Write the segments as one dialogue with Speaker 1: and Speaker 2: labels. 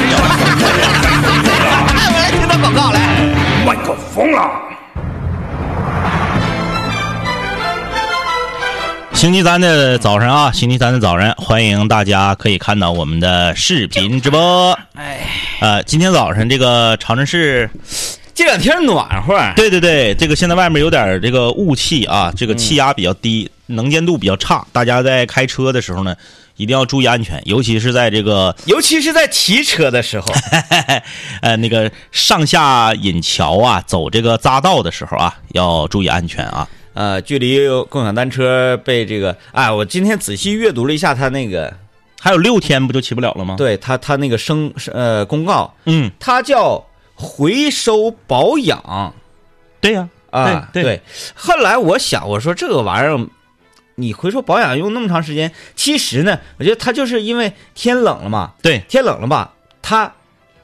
Speaker 1: 哎，我来听段广告来。
Speaker 2: 麦克风了。
Speaker 3: 星期三的早晨啊，星期三的早晨，欢迎大家可以看到我们的视频直播。
Speaker 1: 哎，
Speaker 3: 呃，今天早晨这个长春市，
Speaker 4: 这两天暖和，啊
Speaker 3: 对对对，这个现在外面有点这个雾气啊，这个
Speaker 4: 嗯
Speaker 3: 气压比较低，能见度比较差，大家在开车的时候呢，一定要注意安全，尤其是在这个
Speaker 4: 尤其是在骑车的时候，
Speaker 3: 呃那个上下引桥啊，走这个匝道的时候啊，要注意安全啊。
Speaker 4: 呃，距离共享单车被这个，哎，我今天仔细阅读了一下他那个，
Speaker 3: 还有六天不就骑不了了吗？，
Speaker 4: 对他他那个声呃公告，
Speaker 3: 嗯，
Speaker 4: 它叫回收保养
Speaker 3: 对呀、
Speaker 4: 啊，
Speaker 3: 对对
Speaker 4: 后来我想，我说这个玩意儿，你回收保养用那么长时间，其实呢，我觉得它就是因为天冷了嘛，
Speaker 3: 对，
Speaker 4: 天冷了吧，它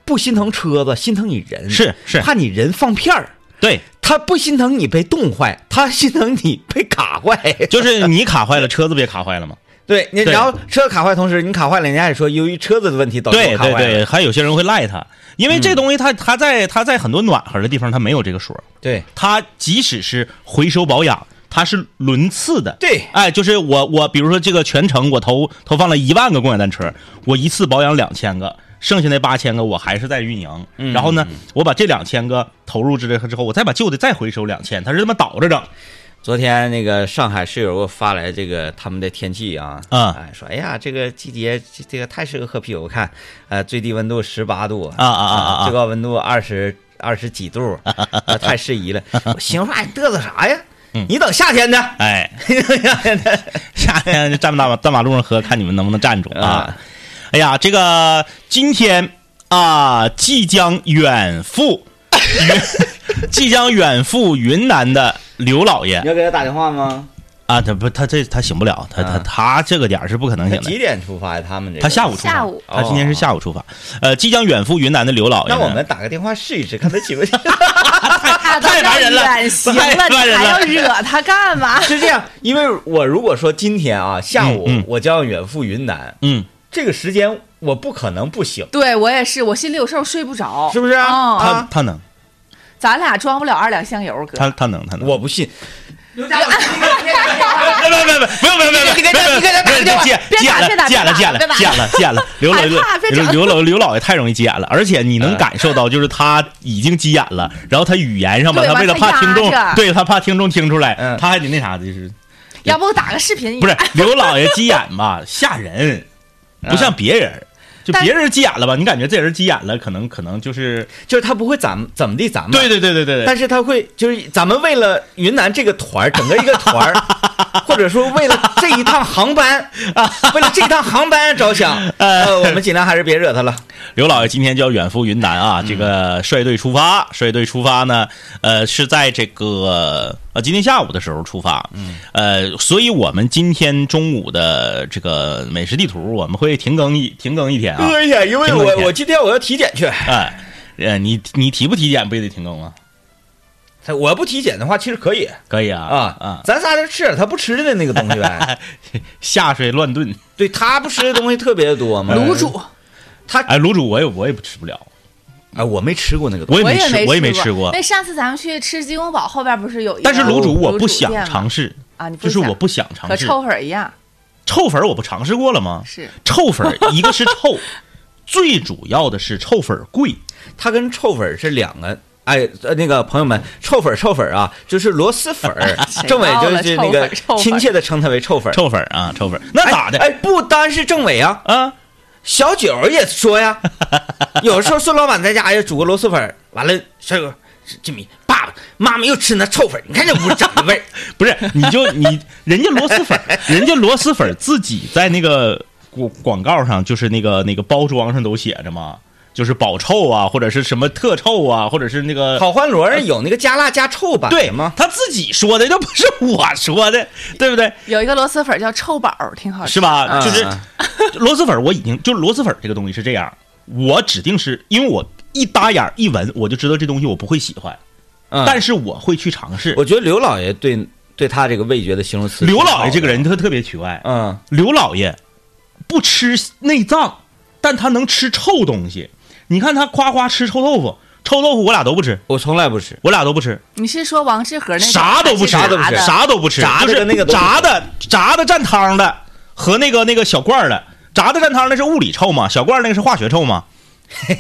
Speaker 4: 不心疼车子，心疼你人，
Speaker 3: 是是，
Speaker 4: 怕你人放片儿。
Speaker 3: 对，
Speaker 4: 他不心疼你被冻坏，他心疼你被卡 坏。
Speaker 3: 就是你卡坏了，车子不也卡坏了吗？
Speaker 4: 对，你
Speaker 3: 对
Speaker 4: 然后车卡坏，同时你卡坏了，人家也说由于车子的问 题导致
Speaker 3: 对
Speaker 4: 我卡坏了。
Speaker 3: 对
Speaker 4: 嗯
Speaker 3: 对，还有些人会赖他，因为这东西它它在它在很多暖和的地方它没有这个说，
Speaker 4: 对
Speaker 3: 它即使是回收保养，它是轮次的。
Speaker 4: 对
Speaker 3: 哎，就是我我比如说这个全程我投投放了一万个共享单车，我一次保养两千个。剩下那八千个我还是在运营，
Speaker 4: 嗯
Speaker 3: 然后呢，我把这两千个投入之之后，我再把旧的再回收两千，它是这么倒着整。
Speaker 4: 昨天那个上海室友给我发来这个他们的天气啊，
Speaker 3: 啊
Speaker 4: 哎，说哎呀，这个季节这这个太适合喝啤酒，看，呃，最低温度十八度，
Speaker 3: 啊啊啊啊
Speaker 4: 最高温度二十二十几度，呃太适宜了。我心说，哎，嘚瑟啥呀？你等夏天的，
Speaker 3: 哎，夏天就站大马大马路上喝，看你们能不能站住啊
Speaker 4: 啊！
Speaker 3: 哎呀，这个今天啊，即将远赴云， 即将远赴云南的刘老爷
Speaker 4: 你要给他打电话吗？
Speaker 3: 啊，他不，他这他醒不了，他他
Speaker 4: 啊
Speaker 3: 他这个点儿是不可能
Speaker 4: 他
Speaker 3: 醒的
Speaker 4: 几。点出发呀？他们这个
Speaker 3: 他下午出发，
Speaker 5: 下午
Speaker 3: 他今天是下午出发。呃，即将远赴云南的刘老爷
Speaker 4: 那
Speaker 3: 呢，
Speaker 4: 我们打个电话试一试，看他起不起。
Speaker 5: 他
Speaker 3: 太烦人了
Speaker 5: 远行了，
Speaker 3: 太烦
Speaker 5: 你
Speaker 3: 人
Speaker 5: 还
Speaker 3: 了
Speaker 5: 要惹他干嘛？
Speaker 4: 是这样，因为我如果说今天啊下午
Speaker 3: 嗯嗯
Speaker 4: 我将要远赴云南，
Speaker 3: 嗯，
Speaker 4: 这个时间我不可能不醒，
Speaker 5: 对我也是，我心里有事儿，我睡不着，
Speaker 4: 是不是啊
Speaker 5: 嗯
Speaker 4: 啊
Speaker 3: 他他能，
Speaker 5: 咱俩装不了二两香油，哥。
Speaker 3: 他他能，他能。
Speaker 4: 我不信。
Speaker 3: 别别别别，不用不用不用不用，剪了剪了剪了剪了剪了，刘老刘刘老刘老爷太容易急眼了，而且你能感受到，就是他已经急眼了，然后他语言上吧，他嗯为了怕听众，对他怕听众听出来，他还得那啥，就是
Speaker 5: 要不我打个视 频？
Speaker 3: 不是刘老爷急眼吧，吓人，不像别人。就别人急眼了吧，你感觉这人急眼了，可能可能就是
Speaker 4: 就是他不会怎么怎么地咱们，
Speaker 3: 对对对对对对，
Speaker 4: 但是他会就是咱们为了云南这个团儿，整个一个团儿， 或者说为了这一趟航 班啊，为了这一趟航班着想， 呃，我们尽量还是别惹他了。
Speaker 3: 刘老爷今天就要远赴云南啊，这个率队出发。率队出发呢，呃，是在这个呃今天下午的时候出发。嗯，呃，所以我们今天中午的这个美食地图，我们会停更一停更一天啊。
Speaker 4: 哎呀，因为
Speaker 3: 挺冷
Speaker 4: 我
Speaker 3: 天
Speaker 4: 我今天我要体检去，
Speaker 3: 哎，呃，你你体不体检不也得停更吗？
Speaker 4: 我要不体检的话，其实可以
Speaker 3: 可以啊
Speaker 4: 啊
Speaker 3: 啊！
Speaker 4: 咱仨就吃点他不吃的那个东西 呗。
Speaker 3: 下水乱炖，
Speaker 4: 对他不吃的东西特别多嘛，
Speaker 5: 卤煮，
Speaker 3: 哎，卤煮我也我也不吃不了，
Speaker 4: 啊，我没吃过那个东西。
Speaker 3: 我也
Speaker 5: 我
Speaker 3: 没
Speaker 5: 也
Speaker 3: 吃，我也没吃
Speaker 5: 吃
Speaker 3: 过。
Speaker 5: 那上次咱们去吃鸡公堡后边不是有一个
Speaker 3: 但是卤煮我不
Speaker 5: 店
Speaker 3: 想
Speaker 5: 吗
Speaker 3: 尝试，
Speaker 5: 啊，你不
Speaker 3: 就是
Speaker 5: 想
Speaker 3: 我不想尝
Speaker 5: 和
Speaker 3: 试。
Speaker 5: 臭粉儿一样，
Speaker 3: 臭粉儿我不尝试过了吗？
Speaker 5: 是
Speaker 3: 臭粉儿，一个是臭，最主要的是臭粉儿贵。
Speaker 4: 它跟臭粉儿是两个。哎，呃，那个朋友们，臭粉儿臭粉儿啊，就是螺蛳粉儿
Speaker 5: 谁。
Speaker 4: 政委
Speaker 5: 闹
Speaker 4: 就
Speaker 5: 了
Speaker 4: 是
Speaker 5: 臭
Speaker 4: 那
Speaker 5: 粉
Speaker 4: 个
Speaker 5: 儿臭粉儿
Speaker 4: 亲切的称它为臭粉儿。
Speaker 3: 臭粉儿啊，臭粉儿，那
Speaker 4: 哎
Speaker 3: 咋的？
Speaker 4: 哎，不单是政委啊，
Speaker 3: 啊，
Speaker 4: 小九儿也说 呀。有时候孙老板在家也煮个螺蛳粉儿，完了小九儿这米爸爸妈妈又吃那臭粉儿，你看这屋整的味 儿。
Speaker 3: 不是，你就你人家螺蛳粉儿，人家螺蛳粉儿自己在那个广广告上，就是那个那个包装上都写着嘛，就是保臭啊，或者是什么特臭啊，或者是那个
Speaker 4: 好欢螺有那个加辣加臭版
Speaker 3: 对
Speaker 4: 的吗？
Speaker 3: 他自己说的，这不是我说的，对不对？
Speaker 5: 有一个螺蛳粉叫臭宝，挺好吃。
Speaker 3: 是？吧？就是
Speaker 4: 啊
Speaker 3: 螺蛳粉，我已经就是螺蛳粉这个东西是这样，我指定是因为我一搭眼儿一闻，我就知道这东西我不会喜欢，
Speaker 4: 嗯
Speaker 3: 但是我会去尝试。
Speaker 4: 我觉得刘老爷对对他这个味觉的形容词，
Speaker 3: 刘老爷这个，人他特别奇怪，
Speaker 4: 嗯，
Speaker 3: 刘老爷不吃内脏，但他能吃臭东西。你看他夸夸吃臭豆腐，臭豆腐我俩都不吃，
Speaker 4: 我从来不吃，
Speaker 3: 我俩都不吃，
Speaker 5: 你是说王致和那个
Speaker 3: 啥都不吃，
Speaker 5: 还是炸的
Speaker 3: 啥都不吃，
Speaker 4: 炸的
Speaker 3: 就是
Speaker 4: 跟那个都不吃
Speaker 3: 炸的炸的蘸汤的和那个那个小罐儿的炸的蘸汤那是物理臭嘛，小罐儿那个是化学 臭嘛，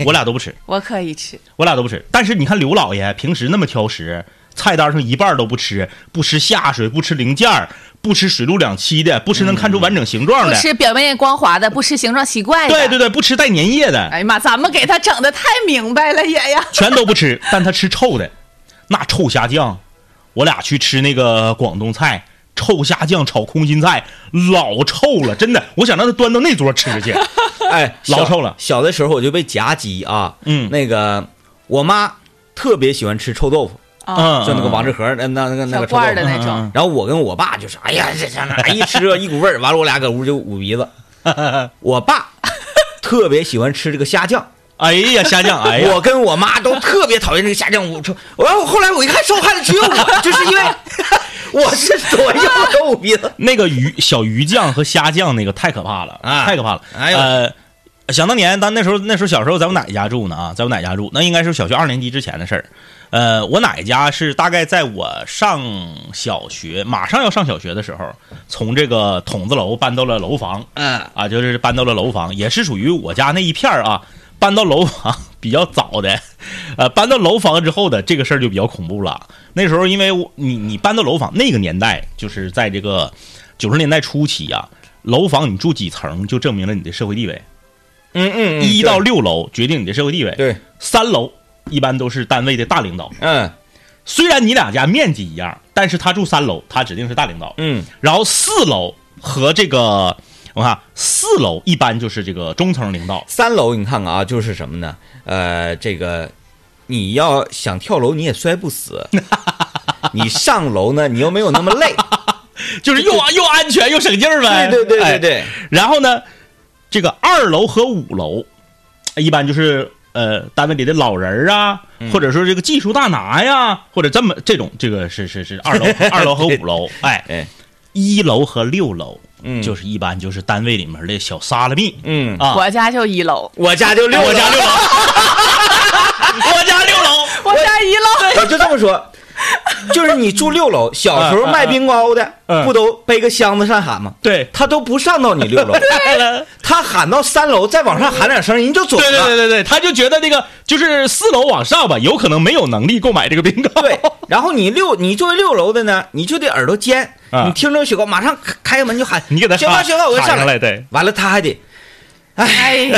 Speaker 3: 我俩都不吃，
Speaker 5: 我可以吃。
Speaker 3: 我俩都不吃。但是你看刘老爷平时那么挑食，菜单上一半都不吃，不吃下水，不吃零件儿，不吃水陆两栖的，不吃能看出完整形状
Speaker 5: 嗯不
Speaker 3: 的，
Speaker 5: 吃表面光滑的，不吃形状奇怪的。
Speaker 3: 对对对，不吃带粘液的，
Speaker 5: 哎呀妈，咱们给他整的太明白了也呀！
Speaker 3: 全都不吃，但他吃臭的，那臭虾酱，我俩去吃那个广东菜，臭虾酱炒空心菜，老臭了，真的，我想让他端到那桌吃 去。
Speaker 4: 哎，
Speaker 3: 老
Speaker 4: 小
Speaker 3: 臭了
Speaker 4: 小的时候我就被夹击啊，
Speaker 3: 嗯
Speaker 4: 那个我妈特别喜欢吃臭豆腐，
Speaker 5: 啊，
Speaker 4: 就那个王致和那那那个那
Speaker 5: 小
Speaker 4: 个臭豆
Speaker 5: 罐
Speaker 4: 腐
Speaker 5: 儿的那
Speaker 3: 嗯嗯
Speaker 5: 种，
Speaker 4: 然后我跟我爸就是，哎呀，这这哪一吃这一股味儿，完了我俩搁屋就捂鼻子。
Speaker 3: 嗯
Speaker 4: 我 爸特别喜欢吃这个虾酱，
Speaker 3: 哎呀，虾酱，哎呀，
Speaker 4: 我跟我妈都特别讨厌这个虾酱。我说，我后后来我一看受害的只有 我，就是因为我是左右都捂鼻子。
Speaker 3: 那个鱼小鱼酱和虾酱那个太可怕了，
Speaker 4: 啊
Speaker 3: 太可怕了。
Speaker 4: 哎呦
Speaker 3: 呃，想当年，当那时候那时候小时候在我奶奶家住呢啊，在我奶奶家住，那应该是小学二年级之前的事儿。呃，我奶奶家是大概在我上小学，马上要上小学的时候，从这个筒子楼搬到了楼房。
Speaker 4: 嗯，
Speaker 3: 啊，就是搬到了楼房，也是属于我家那一片儿啊。搬到楼房 比较早的，呃，搬到楼房之后的这个事儿就比较恐怖了。那时候，因为我你你搬到楼房那个年代，就是在这个九十年代初期啊，楼房你住几层就证明了你的社会地位。
Speaker 4: 嗯嗯
Speaker 3: 一
Speaker 4: 一
Speaker 3: 到
Speaker 4: 到
Speaker 3: 六楼决定你的社会地位，
Speaker 4: 对，
Speaker 3: 三楼一般都是单位的大领导。
Speaker 4: 嗯
Speaker 3: 虽然你俩家面积一样，但是他住三楼，他指定是大领导。
Speaker 4: 嗯
Speaker 3: 然后四楼和这个，我看四楼一般就是这个中层领导，
Speaker 4: 三楼你看看啊，就是什么呢？呃，这个你要想跳楼你也摔不 死，你上楼呢你又没有那么累。
Speaker 3: 就是又又安全又省劲儿呗。
Speaker 4: 对对对对
Speaker 3: 哎
Speaker 4: 对，
Speaker 3: 然后呢，这个二楼和五楼，一般就是呃单位里的老人儿啊，或者说这个技术大拿呀，或者这么这种，这个是是是二楼 二楼和五楼，哎，
Speaker 4: 哎，
Speaker 3: 一楼和六楼，
Speaker 4: 嗯
Speaker 3: 就是一般就是单位里面的小沙拉蜜。
Speaker 4: 嗯，
Speaker 3: 啊
Speaker 5: 我家就一楼，
Speaker 4: 我家就六，
Speaker 3: 我家六楼， 我家六楼，
Speaker 5: 我家一 楼，
Speaker 4: 我就这么说，就是你住六楼，小时候卖冰糕的
Speaker 3: 嗯嗯嗯
Speaker 4: 不都背个箱子上喊吗？
Speaker 3: 对。
Speaker 4: 他都不上到你六楼，
Speaker 3: 嗯
Speaker 4: 他喊到三楼，再往上喊两声，人就走了。
Speaker 3: 对对对对对，他就觉得那个就是四楼往上吧，有可能没有能力购买这个冰糕。
Speaker 4: 对然后你六，你作为六楼的呢，你就得耳朵尖，
Speaker 3: 啊
Speaker 4: 你听着雪糕，马上开门就喊，
Speaker 3: 你给他
Speaker 4: 雪糕
Speaker 3: 喊
Speaker 4: 雪糕，我就
Speaker 3: 喊
Speaker 4: 上
Speaker 3: 上来对，
Speaker 4: 完了他还 得
Speaker 5: 哎，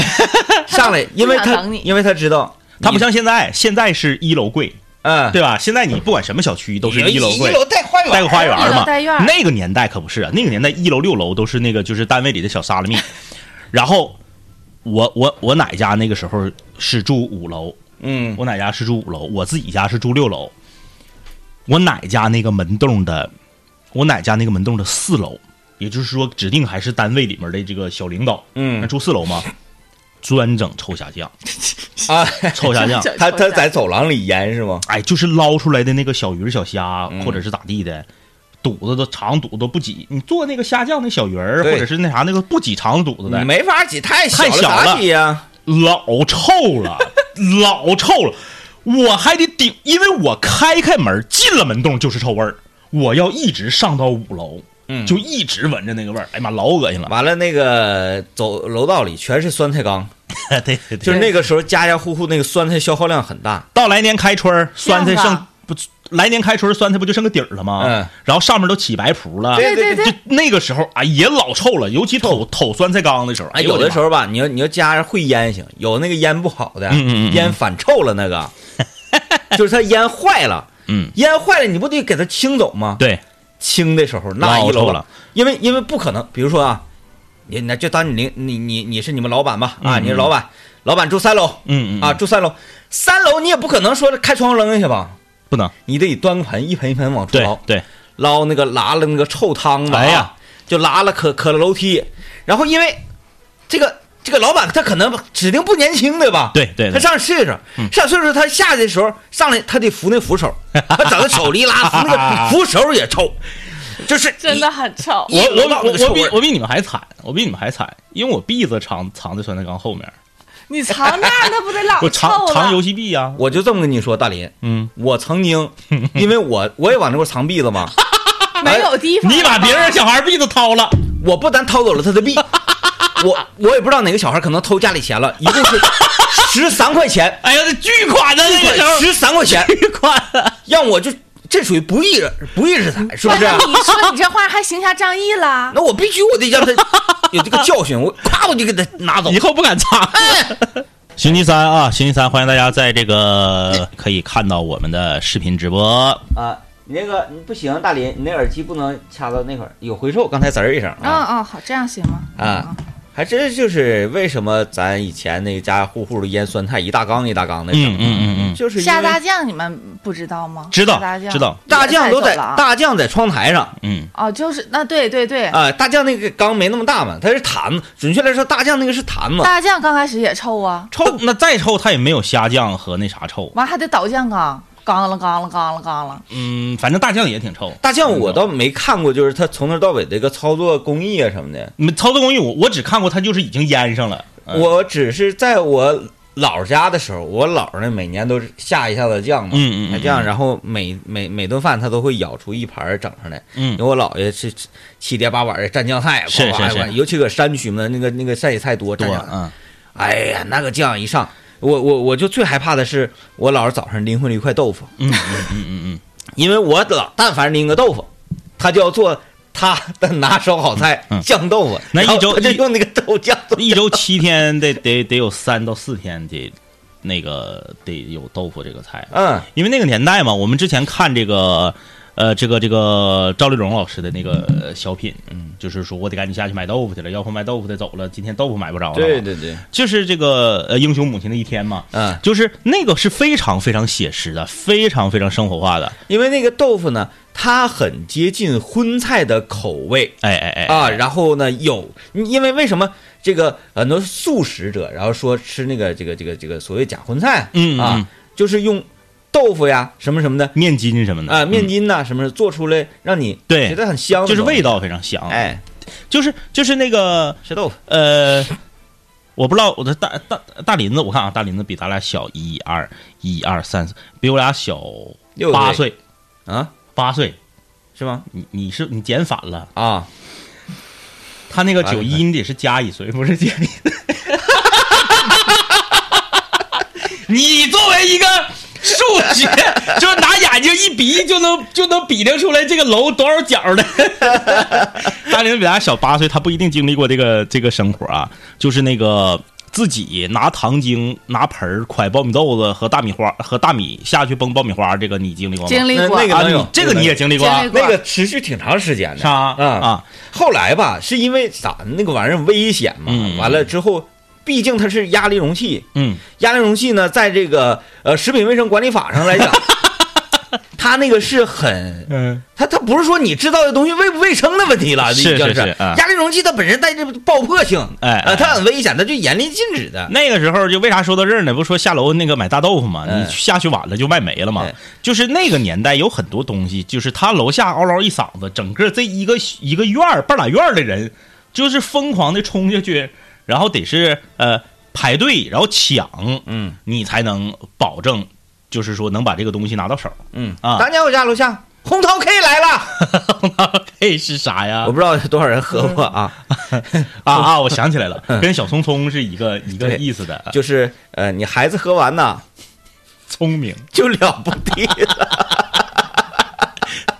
Speaker 4: 上来，因为
Speaker 5: 不
Speaker 4: 他
Speaker 5: 想等你
Speaker 4: 因为他知道
Speaker 3: 他不像现在，现在是一楼贵，
Speaker 4: 嗯，
Speaker 3: 对吧？现在你不管什么小区都是一楼贵
Speaker 4: 一，楼带花园，
Speaker 3: 带个花 园
Speaker 5: 一
Speaker 3: 嘛
Speaker 5: 楼带院。儿
Speaker 3: 那个年代可不是啊，那个年代一楼六楼都是那个就是单位里的小沙拉蜜。然后我我我奶家那个时候是住五楼，
Speaker 4: 嗯
Speaker 3: 我奶家是住五楼，我自己家是住六楼。我奶家那个门洞的，我奶家那个门洞的四楼，也就是说，指定还是单位里面的这个小领导，
Speaker 4: 嗯
Speaker 3: 那住四楼 嘛，专整臭虾酱，
Speaker 4: 啊，
Speaker 3: 臭虾酱，
Speaker 4: 他他在走廊里淹是吗？
Speaker 3: 哎，就是捞出来的那个小鱼儿、小虾，
Speaker 4: 嗯
Speaker 3: 或者是咋地的，肚子都肠肚都不挤。你做那个虾酱那小鱼儿，
Speaker 4: 对
Speaker 3: 或者是那啥那个不挤肠肚子
Speaker 4: 你
Speaker 3: 的，
Speaker 4: 没法挤，太小
Speaker 3: 太小
Speaker 4: 咋
Speaker 3: 了
Speaker 4: 挤呀？
Speaker 3: 老臭了，老臭了。我还得顶，因为我开开门进了门洞就是臭味儿，我要一直上到五楼，
Speaker 4: 嗯
Speaker 3: 就一直闻着那个味儿。哎呀妈，老 恶心了。
Speaker 4: 完了，那个走楼道里全是酸菜缸，
Speaker 3: 对对对，
Speaker 4: 就是那个时候家家户户那个酸菜消耗量很大。
Speaker 3: 到来年开春儿，酸菜
Speaker 5: 这样
Speaker 3: 剩
Speaker 5: 吧
Speaker 3: 不，来年开春儿酸菜不就剩个底儿了吗？
Speaker 4: 嗯，
Speaker 3: 然后上面都起白脯了。
Speaker 5: 对对
Speaker 3: 就
Speaker 5: 对，
Speaker 3: 那个时候，哎，也老臭了，尤其瞅瞅酸菜缸的时候，
Speaker 4: 哎，
Speaker 3: 呦
Speaker 4: 有
Speaker 3: 我的
Speaker 4: 的时候吧，你要你要家人会腌行，有那个腌不好的，
Speaker 3: 嗯嗯嗯
Speaker 4: 腌反臭了那 个，就是它腌坏了，
Speaker 3: 嗯，
Speaker 4: 腌坏了你不得给它清走吗
Speaker 3: 妈，？对，
Speaker 4: 清的时候那
Speaker 3: 老
Speaker 4: 一楼
Speaker 3: 臭了，
Speaker 4: 因为因为不可能，比如说啊，你那就当你领你你你是你们老板吧啊，你是老板，老板住三楼，
Speaker 3: 嗯嗯嗯
Speaker 4: 啊住三楼，三楼你也不可能说开窗户扔下去吧，
Speaker 3: 不能，
Speaker 4: 你得端盆一盆一盆往出
Speaker 3: 对
Speaker 4: 捞，
Speaker 3: 对，
Speaker 4: 捞那个拉了那个臭汤子、啊，
Speaker 3: 哎呀，
Speaker 4: 就拉了可可了楼梯，然后因为这个这个老板他可能指定不年轻对吧？
Speaker 3: 对对对嗯
Speaker 4: 他上岁数，上岁数他下去的时候上来他得扶那扶 手，他整个手里一拉扶那个扶手也臭，就是
Speaker 5: 真的很臭。
Speaker 4: 一
Speaker 3: 我
Speaker 4: 楼道
Speaker 3: 我
Speaker 4: 那
Speaker 3: 我
Speaker 4: 个臭
Speaker 3: 我比
Speaker 4: 味儿
Speaker 3: 我比你们还惨，我比你们还惨，因为我篦子藏藏在酸菜缸后面，
Speaker 5: 你藏那儿，它不得老
Speaker 3: 我
Speaker 5: 臭
Speaker 3: 藏藏游
Speaker 5: 了？
Speaker 3: 戏币啊呀、
Speaker 4: 我就这么跟你说，大林，
Speaker 3: 嗯，
Speaker 4: 我曾 经因为我我也往那块藏篦子嘛，
Speaker 5: 没
Speaker 4: 哎
Speaker 5: 有地方。
Speaker 3: 你把别人小孩篦子掏了，
Speaker 4: 我不但掏走了他的币，我我也不知道哪个小孩可能偷家里钱了，一共是十三块钱，
Speaker 3: 哎呀，这巨款呢，那个时候
Speaker 4: 十三块钱，
Speaker 3: 巨款啊，
Speaker 4: 让我就这属于不义人不义之财，是不
Speaker 5: 不是
Speaker 4: 是？啊
Speaker 5: 你说你这话还行侠仗义 了？
Speaker 4: 那我必须我得让他有这个教训，我咵我就给他拿走
Speaker 3: 以。后不敢藏。星期三啊，星期三，欢迎大家在这个可以看到我们的视频直播。
Speaker 4: 啊，你那个你不行，大林，你那耳机不能掐到那块儿，有回授，刚才滋儿一声
Speaker 5: 嗯
Speaker 4: 啊。
Speaker 5: 嗯，好，这样行吗？嗯
Speaker 4: 啊还真就是为什么咱以前那家户户的腌酸菜一大缸一大缸的整，
Speaker 3: 嗯嗯嗯嗯，
Speaker 4: 就是因为
Speaker 5: 下大酱你们不知道吗？
Speaker 3: 知道
Speaker 5: 下大酱
Speaker 3: 知道，
Speaker 4: 大酱都在
Speaker 5: 也走了啊
Speaker 4: 大酱在窗台上
Speaker 3: 嗯，
Speaker 5: 哦，就是那对对对，
Speaker 4: 啊、大酱那个缸没那么大嘛，它是坛子，准确来说大酱那个是坛子，
Speaker 5: 大酱刚开始也臭啊，
Speaker 3: 臭那再臭，它也没有虾酱和那啥臭。
Speaker 5: 完还得倒酱缸，缸了缸了缸了缸了，
Speaker 3: 嗯，反正大酱也挺臭。
Speaker 4: 大酱我倒没看过，就是它从头到尾的一个操作工艺啊什么的，
Speaker 3: 嗯操作工艺我我只看过它就是已经腌上了。嗯
Speaker 4: 我只是在我姥儿家的时候，我姥儿呢每年都是下一下子酱嘛，
Speaker 3: 嗯嗯嗯
Speaker 4: 下酱，然后每每每顿饭他都会舀出一盘儿整上来。因
Speaker 3: 嗯
Speaker 4: 为我姥爷是吃七碟八碗的蘸酱菜，
Speaker 3: 是
Speaker 4: 呱呱
Speaker 3: 是是
Speaker 4: 呱尤其搁山区嘛，那个那个山野菜多，蘸
Speaker 3: 多
Speaker 4: 酱菜
Speaker 3: 嗯
Speaker 4: 哎呀，那个酱一上，我我我就最害怕的是我姥儿早上拎回来一块豆腐，
Speaker 3: 嗯嗯嗯嗯
Speaker 4: 因为我老但凡拎个豆腐，他就要做他的拿手好菜、
Speaker 3: 嗯嗯
Speaker 4: 酱豆腐，
Speaker 3: 那一
Speaker 4: 然后
Speaker 3: 周
Speaker 4: 他就
Speaker 3: 一
Speaker 4: 用那个豆酱做
Speaker 3: 嗯，一周七天得得得有三到四天得那个得有豆腐这个菜，啊
Speaker 4: 嗯
Speaker 3: 因为那个年代嘛，我们之前看这个。呃，这个这个赵丽蓉老师的那个小品，嗯，就是说我得赶紧下去买豆腐去了，要不卖豆腐的走了，今天豆腐买不着了。
Speaker 4: 对对，
Speaker 3: 就是这个呃英雄母亲的一天嘛，
Speaker 4: 嗯，
Speaker 3: 就是那个是非常非常写实的，非常非常生活化的，
Speaker 4: 因为那个豆腐呢，它很接近荤菜的口味。
Speaker 3: 哎哎哎
Speaker 4: 啊，然后呢，有，因为为什么这个很多素食者，然后说吃那个这个这个这个所谓假荤菜，
Speaker 3: 嗯嗯
Speaker 4: 啊，就是用豆腐呀什么什么的
Speaker 3: 面筋什么的
Speaker 4: 啊，面
Speaker 3: 嗯
Speaker 4: 筋呐、什么的做出来让你
Speaker 3: 对
Speaker 4: 觉得很香，
Speaker 3: 就是味，道非常香，，
Speaker 4: 哎，
Speaker 3: 就是就是那个
Speaker 4: 吃豆腐，
Speaker 3: 呃，我不知道我的大大大林子，我看啊，大林子比咱俩小一二一二三四，比我俩小
Speaker 4: 六
Speaker 3: 八岁
Speaker 4: 啊，
Speaker 3: 八岁，
Speaker 4: 是吗？
Speaker 3: 你你是你减反了，
Speaker 4: 啊，
Speaker 3: 他那个
Speaker 4: 啊
Speaker 3: 九一你得是加一岁，不是减一岁。 你作为一个数学，就是拿眼睛一比就能就能比量出来这个楼多少角的。 大林比咱小八岁，他不一定经历过这个这个生活啊，就是那个。自己拿糖精、拿盆儿㧟苞米豆子和大米花和大米下去崩爆米花，这个你经历过吗？
Speaker 5: 经历
Speaker 4: 那
Speaker 5: 过
Speaker 4: 那个
Speaker 3: 啊，
Speaker 4: 能有
Speaker 3: 你这个你也经历过啊，
Speaker 5: 经历过
Speaker 4: 那个持续挺长时间的，
Speaker 3: 是吧？
Speaker 4: 啊
Speaker 3: 啊，
Speaker 4: 后来吧，是因为咋那个玩意儿危险嘛，
Speaker 3: 嗯
Speaker 4: 完了之后，毕竟它是压力容器，
Speaker 3: 嗯，
Speaker 4: 压力容器呢，在这个呃食品卫生管理法上来 讲，它那个是很，
Speaker 3: 嗯，
Speaker 4: 它它不是说你制造的东西卫不卫生的问题了，
Speaker 3: 是
Speaker 4: 这已经
Speaker 3: 是
Speaker 4: 是
Speaker 3: 是啊
Speaker 4: 压力容器它本身带着爆破性，
Speaker 3: 哎
Speaker 4: 呃，
Speaker 3: 哎
Speaker 4: 它很危险，它就严令禁止的。
Speaker 3: 那个时候就为啥说到这儿呢？不是说下楼那个买大豆腐嘛，
Speaker 4: 哎
Speaker 3: 你下去晚了就卖没了嘛
Speaker 4: 哎。
Speaker 3: 就是那个年代有很多东西，就是他楼下嗷嗷一嗓子，整个这一个一个院儿半拉院儿的人，就是疯狂的冲下去，然后得是呃排队，然后抢，
Speaker 4: 嗯，
Speaker 3: 你才能保证，就是说能把这个东西拿到手。
Speaker 4: 嗯
Speaker 3: 啊
Speaker 4: 当年我家楼下红桃 K 来了，
Speaker 3: 这
Speaker 4: 哎
Speaker 3: 哎是啥呀
Speaker 4: 我？不知道有多少人喝过啊，
Speaker 3: 啊啊！我想起来了，跟小聪聪是一个一个
Speaker 4: 嗯对
Speaker 3: 意思的，
Speaker 4: 就是呃，你孩子喝完呐
Speaker 3: 聪明。
Speaker 4: 就了不地了。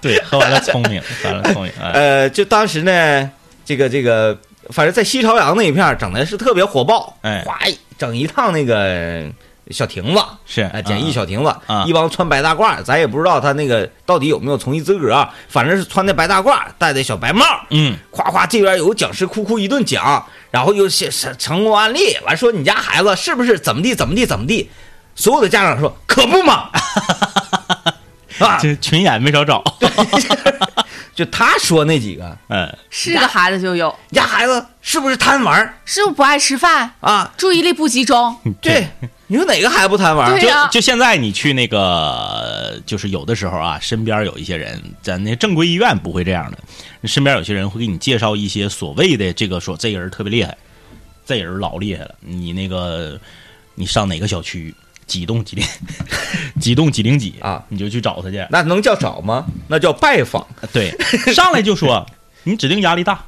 Speaker 3: 对，喝完了聪明，喝完了聪明。哎
Speaker 4: 呃，就当时呢，这个这个，反正在西朝阳那一片儿整的是特别火爆，
Speaker 3: 哎
Speaker 4: 哗，整一趟那个小亭子，
Speaker 3: 是
Speaker 4: 哎简易
Speaker 3: 嗯
Speaker 4: 小亭子，
Speaker 3: 嗯
Speaker 4: 一帮穿白大褂，咱也不知道他那个到底有没有从艺资格啊，反正是穿的白大褂，戴的小白帽，
Speaker 3: 嗯，
Speaker 4: 夸夸这边有个讲师哭哭一顿讲，然后又是是成功案例，完说你家孩子是不是怎么地怎么地怎么地，所有的家长说可不嘛， 啊，
Speaker 3: 这群演没少找，
Speaker 4: 就他说那几个，
Speaker 3: 嗯，
Speaker 5: 是个孩子就有，
Speaker 4: 你家孩子是不是贪玩儿
Speaker 5: 是不是不爱吃饭，
Speaker 4: 啊？
Speaker 5: 注意力不集中？
Speaker 4: 对，你说哪个孩子不贪玩儿
Speaker 5: 对？呀
Speaker 3: 嗯就就现在你去那个，就是有的时候啊，身边有一些人，咱那正规医院不会这样的，身边有些人会给你介绍一些所谓的这个说这人特别厉害，这人老厉害了，你那个你上哪个小区几栋几零 几栋几零几
Speaker 4: 啊，
Speaker 3: 你就去找他去。
Speaker 4: 那能叫找吗？那叫拜访。
Speaker 3: 对，上来就说你指定压力大，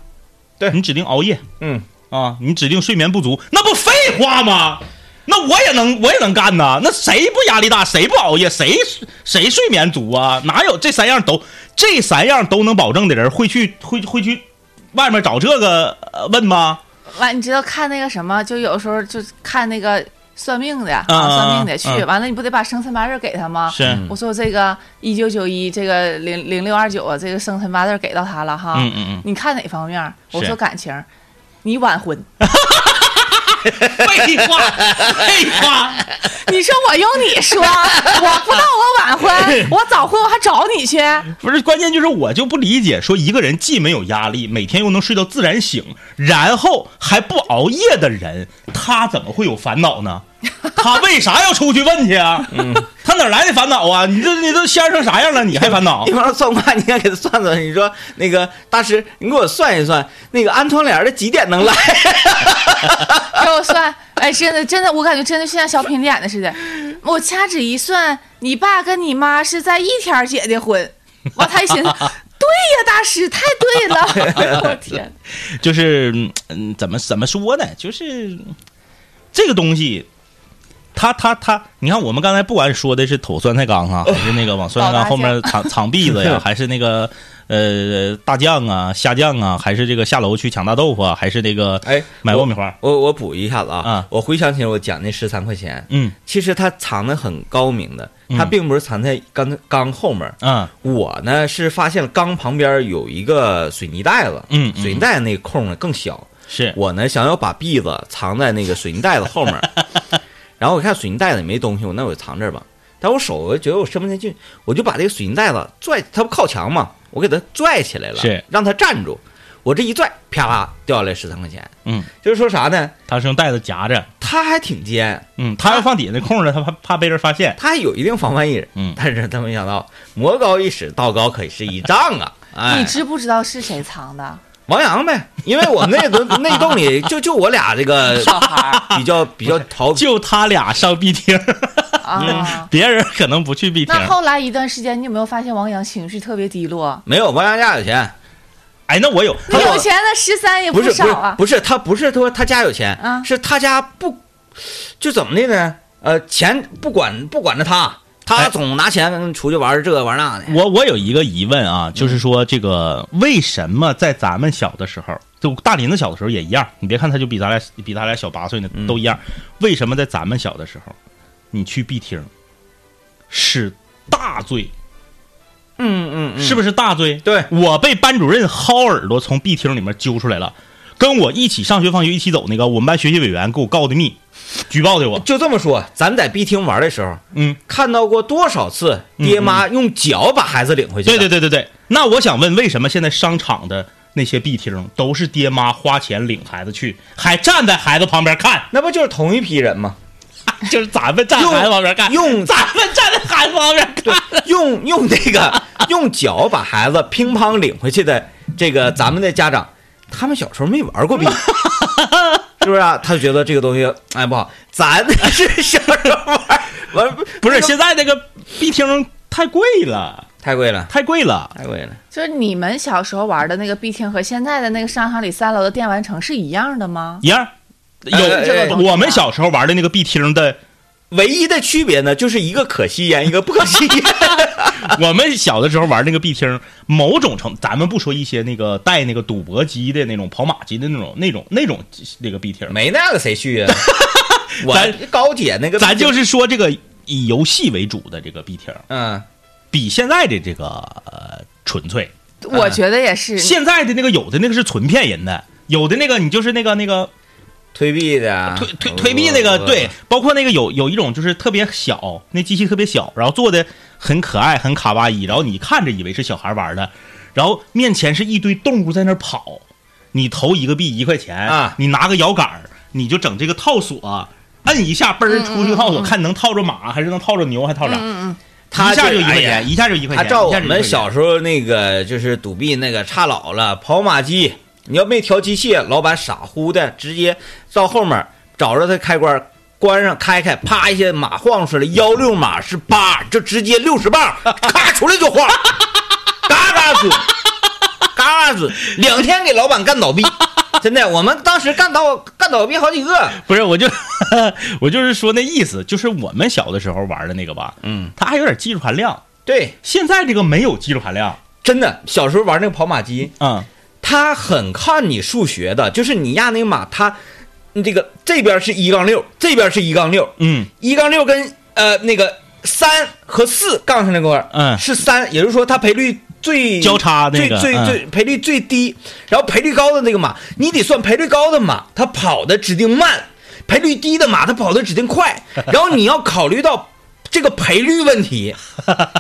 Speaker 4: 对
Speaker 3: 你指定熬夜
Speaker 4: 嗯，
Speaker 3: 啊，你指定睡眠不足，那不废话吗？那我也能，我也能干呐。那谁不压力大，谁不熬夜，谁谁睡眠足啊？哪有这三样都这三样都能保证的人会去会会去外面找这个呃问吗？
Speaker 5: 完，你知道看那个什么，就有时候就看那个算命的，啊
Speaker 3: 啊
Speaker 5: 算命的去
Speaker 3: 啊，
Speaker 5: 完了你不得把生辰八字给他吗？
Speaker 3: 是，嗯
Speaker 5: 我说这个一九九一，这个零零六二九啊，这个生辰八字给到他了哈。
Speaker 3: 嗯嗯
Speaker 5: 你看哪方面儿？我
Speaker 3: 是
Speaker 5: 说感情儿，你晚婚。
Speaker 3: 嗯，废话，废话，
Speaker 5: 你说我用你 说，我不到我晚婚，我早婚我还找你去？
Speaker 3: 不是，关键就是我就不理解，说一个人既没有压力，每天又能睡到自然醒，然后还不熬夜的人，他怎么会有烦恼呢？他为啥要出去问去啊？他哪来的烦恼啊？你这你都仙儿成啥样了，你还烦恼
Speaker 4: 一？帮算卦，你应该给他算算。你说那个大师，你给我算一算，那个安窗帘的几点能来？
Speaker 5: 给我算，哎，真的真的，我感觉真的像小品演的似的。我掐指一算，你爸跟你妈是在一天儿结的婚。完，他一寻思，对呀，大师太对 了，我天，
Speaker 3: 就是嗯嗯，怎么怎么说呢？就是这个东西，他他他，你看我们刚才不管说的是投酸菜缸啊，还是那个往酸菜缸后面藏藏篦子呀，还是那个呃大酱啊、虾酱啊，还是这个下楼去抢大豆腐啊，还是那个
Speaker 4: 哎
Speaker 3: 买
Speaker 4: 我
Speaker 3: 爆米花，
Speaker 4: 我我补一下子啊，
Speaker 3: 啊
Speaker 4: 我回想起来我讲那十三块钱，
Speaker 3: 嗯
Speaker 4: 其实它藏的很高明的，它并不是藏在缸缸后面儿。
Speaker 3: 嗯
Speaker 4: 我呢是发现了缸旁边有一个水泥袋子，
Speaker 3: 嗯嗯
Speaker 4: 水泥袋那空呢更小，
Speaker 3: 是
Speaker 4: 我呢想要把篦子藏在那个水泥袋子后面儿， 然后我看水泥袋子也没东西，我那我就藏这儿吧。但我手我觉得我伸不进去，我就把这个水泥袋子拽，它不靠墙嘛，我给它拽起来了，
Speaker 3: 是
Speaker 4: 让它站住。我这一拽，啪啦掉下来十三块钱。
Speaker 3: 嗯，
Speaker 4: 就是说啥呢？
Speaker 3: 他是用袋子夹着，
Speaker 4: 它还挺尖，
Speaker 3: 嗯，他要放底下那空了，他怕怕被人发现，
Speaker 4: 它还有一定防范意识。
Speaker 3: 嗯
Speaker 4: 但是他没想到，魔高一尺，道高可是一丈 啊！哎
Speaker 5: 你，知不知道是谁藏的？
Speaker 4: 王阳呗，因为我们那栋那栋里就就我俩这 个
Speaker 5: 小孩儿
Speaker 4: 比较比较淘
Speaker 3: 就他俩上 B 厅，
Speaker 5: 啊。
Speaker 4: 嗯
Speaker 3: 别人可能不去 B 厅。
Speaker 5: 那后来一段时间，你有没有发现王阳情绪特别低落？
Speaker 4: 没有王阳家有钱，
Speaker 3: 哎，那我有，
Speaker 5: 那有钱的十三也
Speaker 4: 不是不嗯
Speaker 5: 少
Speaker 4: 是
Speaker 5: 啊。
Speaker 4: 不是他不是说他家有钱，
Speaker 5: 啊
Speaker 4: 是他家不就怎么的呢？呃，钱不管不管着他，他
Speaker 3: 哎
Speaker 4: 总拿钱出去玩儿这个玩儿那的。
Speaker 3: 我我有一个疑问啊，就是说这个为什么在咱们小的时候，就大林子小的时候也一样，你别看他就比咱俩比咱俩小八岁呢，都一样。为什么在咱们小的时候，你去 B 厅是大罪，
Speaker 4: 嗯嗯
Speaker 3: 是不是大罪？
Speaker 4: 对
Speaker 3: 我被班主任薅耳朵从 B 厅里面揪出来了，跟我一起上学放学一起走那个，我们班学习委员给我告的密，举报的我，
Speaker 4: 就这么说，咱在 B 厅玩儿的时候，
Speaker 3: 嗯。
Speaker 4: 看到过多少次爹妈用脚把孩子领回去？
Speaker 3: 对对，对对对。那我想问，为什么现在商场的那些 B 厅都是爹妈花钱领孩子去，还站在孩子旁边看？
Speaker 4: 那不就是同一批人吗？
Speaker 3: 就是咱们站
Speaker 4: 用
Speaker 3: 孩子旁边看，
Speaker 4: 用
Speaker 3: 哎咱们站在孩子旁边 看。
Speaker 4: 用用这个用脚把孩子乒乓领回去的这个咱们的家长，他们小时候没玩 过币，是不是啊？他就觉得这个东西哎不好， 咱是小时候玩玩
Speaker 3: 不是，
Speaker 4: 这个
Speaker 3: 现在那个 B 厅太贵了，
Speaker 4: 太贵了，
Speaker 3: 太贵了。
Speaker 4: 太贵了。
Speaker 5: 就是你们小时候玩的那个 B 厅和现在的那个商场里三楼的电玩城是一样的吗？
Speaker 3: 一样，
Speaker 4: 哎哎哎
Speaker 3: 有我们小时候玩的那个 B 厅的，
Speaker 4: 唯一的区别呢，就是一个可惜烟，一个不可惜 烟。
Speaker 3: 我们小的时候玩那个 B 厅，某种程，咱们不说一些那个带那个赌博机的那种跑马机的那种那种那种那个 B 厅，
Speaker 4: 没那个谁去呀？啊我
Speaker 3: 咱
Speaker 4: 高铁那个，
Speaker 3: 咱就是说这个以游戏为主的这个笔挺，
Speaker 4: 嗯，
Speaker 3: 比现在的这个呃纯粹。
Speaker 4: 哎
Speaker 5: 我觉得也是。
Speaker 3: 现在的那个有的那个是纯骗人的，有的那个你就是那个那个
Speaker 4: 推币的啊，
Speaker 3: 推推推币那个
Speaker 4: 不
Speaker 3: 对，，包括那个有有一种就是特别小，那机器特别小，然后做的很可爱很卡哇伊，然后你看着以为是小孩玩的，然后面前是一堆动物在那儿跑，你投一个币一块钱
Speaker 4: 啊
Speaker 3: 你拿个摇杆儿你就整这个套索，摁一下嘣儿出去个套索，看能套着马还是能套着牛还套啥，
Speaker 4: 他
Speaker 3: 一下
Speaker 4: 就
Speaker 3: 就一块
Speaker 4: 哎呀
Speaker 3: 钱，一下就一块
Speaker 4: 他
Speaker 3: 钱，
Speaker 4: 照我
Speaker 3: 一下就一块
Speaker 4: 们
Speaker 3: 钱
Speaker 4: 小时候那个就是赌币那个差老了，跑马机，你要没调机械，老板傻乎的直接到后面找着他开关。关上开开，啪一下马晃出来，幺六马是八，就直接六十磅，咔出来就晃，嘎嘎准，嘎嘎准，两天给老板干倒闭，真的，我们当时干倒干倒闭好几个，
Speaker 3: 不是，我就 我就是说那意思，就是我们小的时候玩的那个吧，
Speaker 4: 嗯，
Speaker 3: 它还有点技术含量，
Speaker 4: 对，
Speaker 3: 现在这个没有技术含量，
Speaker 4: 真的，小时候玩那个跑马机，
Speaker 3: 嗯，
Speaker 4: 他很看你数学的，就是你压那个马，他这个这边是一杠六，这边是一杠六，
Speaker 3: 嗯，
Speaker 4: 一杠六跟呃那个三和四杠上那块儿，
Speaker 3: 嗯
Speaker 4: 是三，也就是说它赔率最
Speaker 3: 交叉那个
Speaker 4: 最最
Speaker 3: 嗯
Speaker 4: 最赔率最低，然后赔率高的那个马，你得算赔率高的马，它跑的指定慢，赔率低的马它跑的指定 快，然后你要考虑到这个赔率问 题，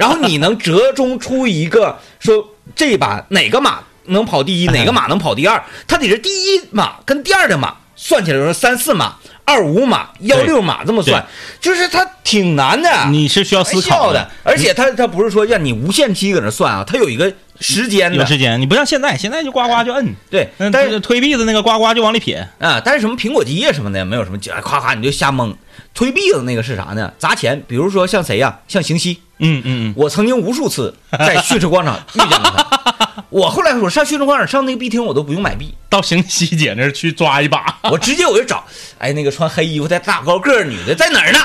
Speaker 4: 然后你能折中出一个说这把哪个马能跑 第一，哪个马能跑第二，它得是第一马跟第二的马算起来说三四马。二五马、幺六马这么算，就是它挺难的。
Speaker 3: 你是需要思考
Speaker 4: 开玩笑哎的，而且它它不是说让你无限期搁那算啊，它有一个时间
Speaker 3: 有
Speaker 4: 的。
Speaker 3: 时间，你不像现在，现在就呱呱就摁，
Speaker 4: 对，
Speaker 3: 嗯，
Speaker 4: 但是
Speaker 3: 这个推币子那个呱呱就往里撇，
Speaker 4: 啊，但是什么苹果机呀什么的，没有什么，哎夸夸你就瞎蒙。推币子那个是啥呢？砸钱，比如说像谁呀、像邢西，
Speaker 3: 嗯嗯
Speaker 4: 我曾经无数 次在旭市广场遇见过他。我后来我上旭市广场上那个币厅，我都不用买币，
Speaker 3: 嗯，到邢西姐那儿去抓一把，
Speaker 4: 我直接我就 找，哎，那个穿黑衣服、戴大高个儿女的在哪儿呢？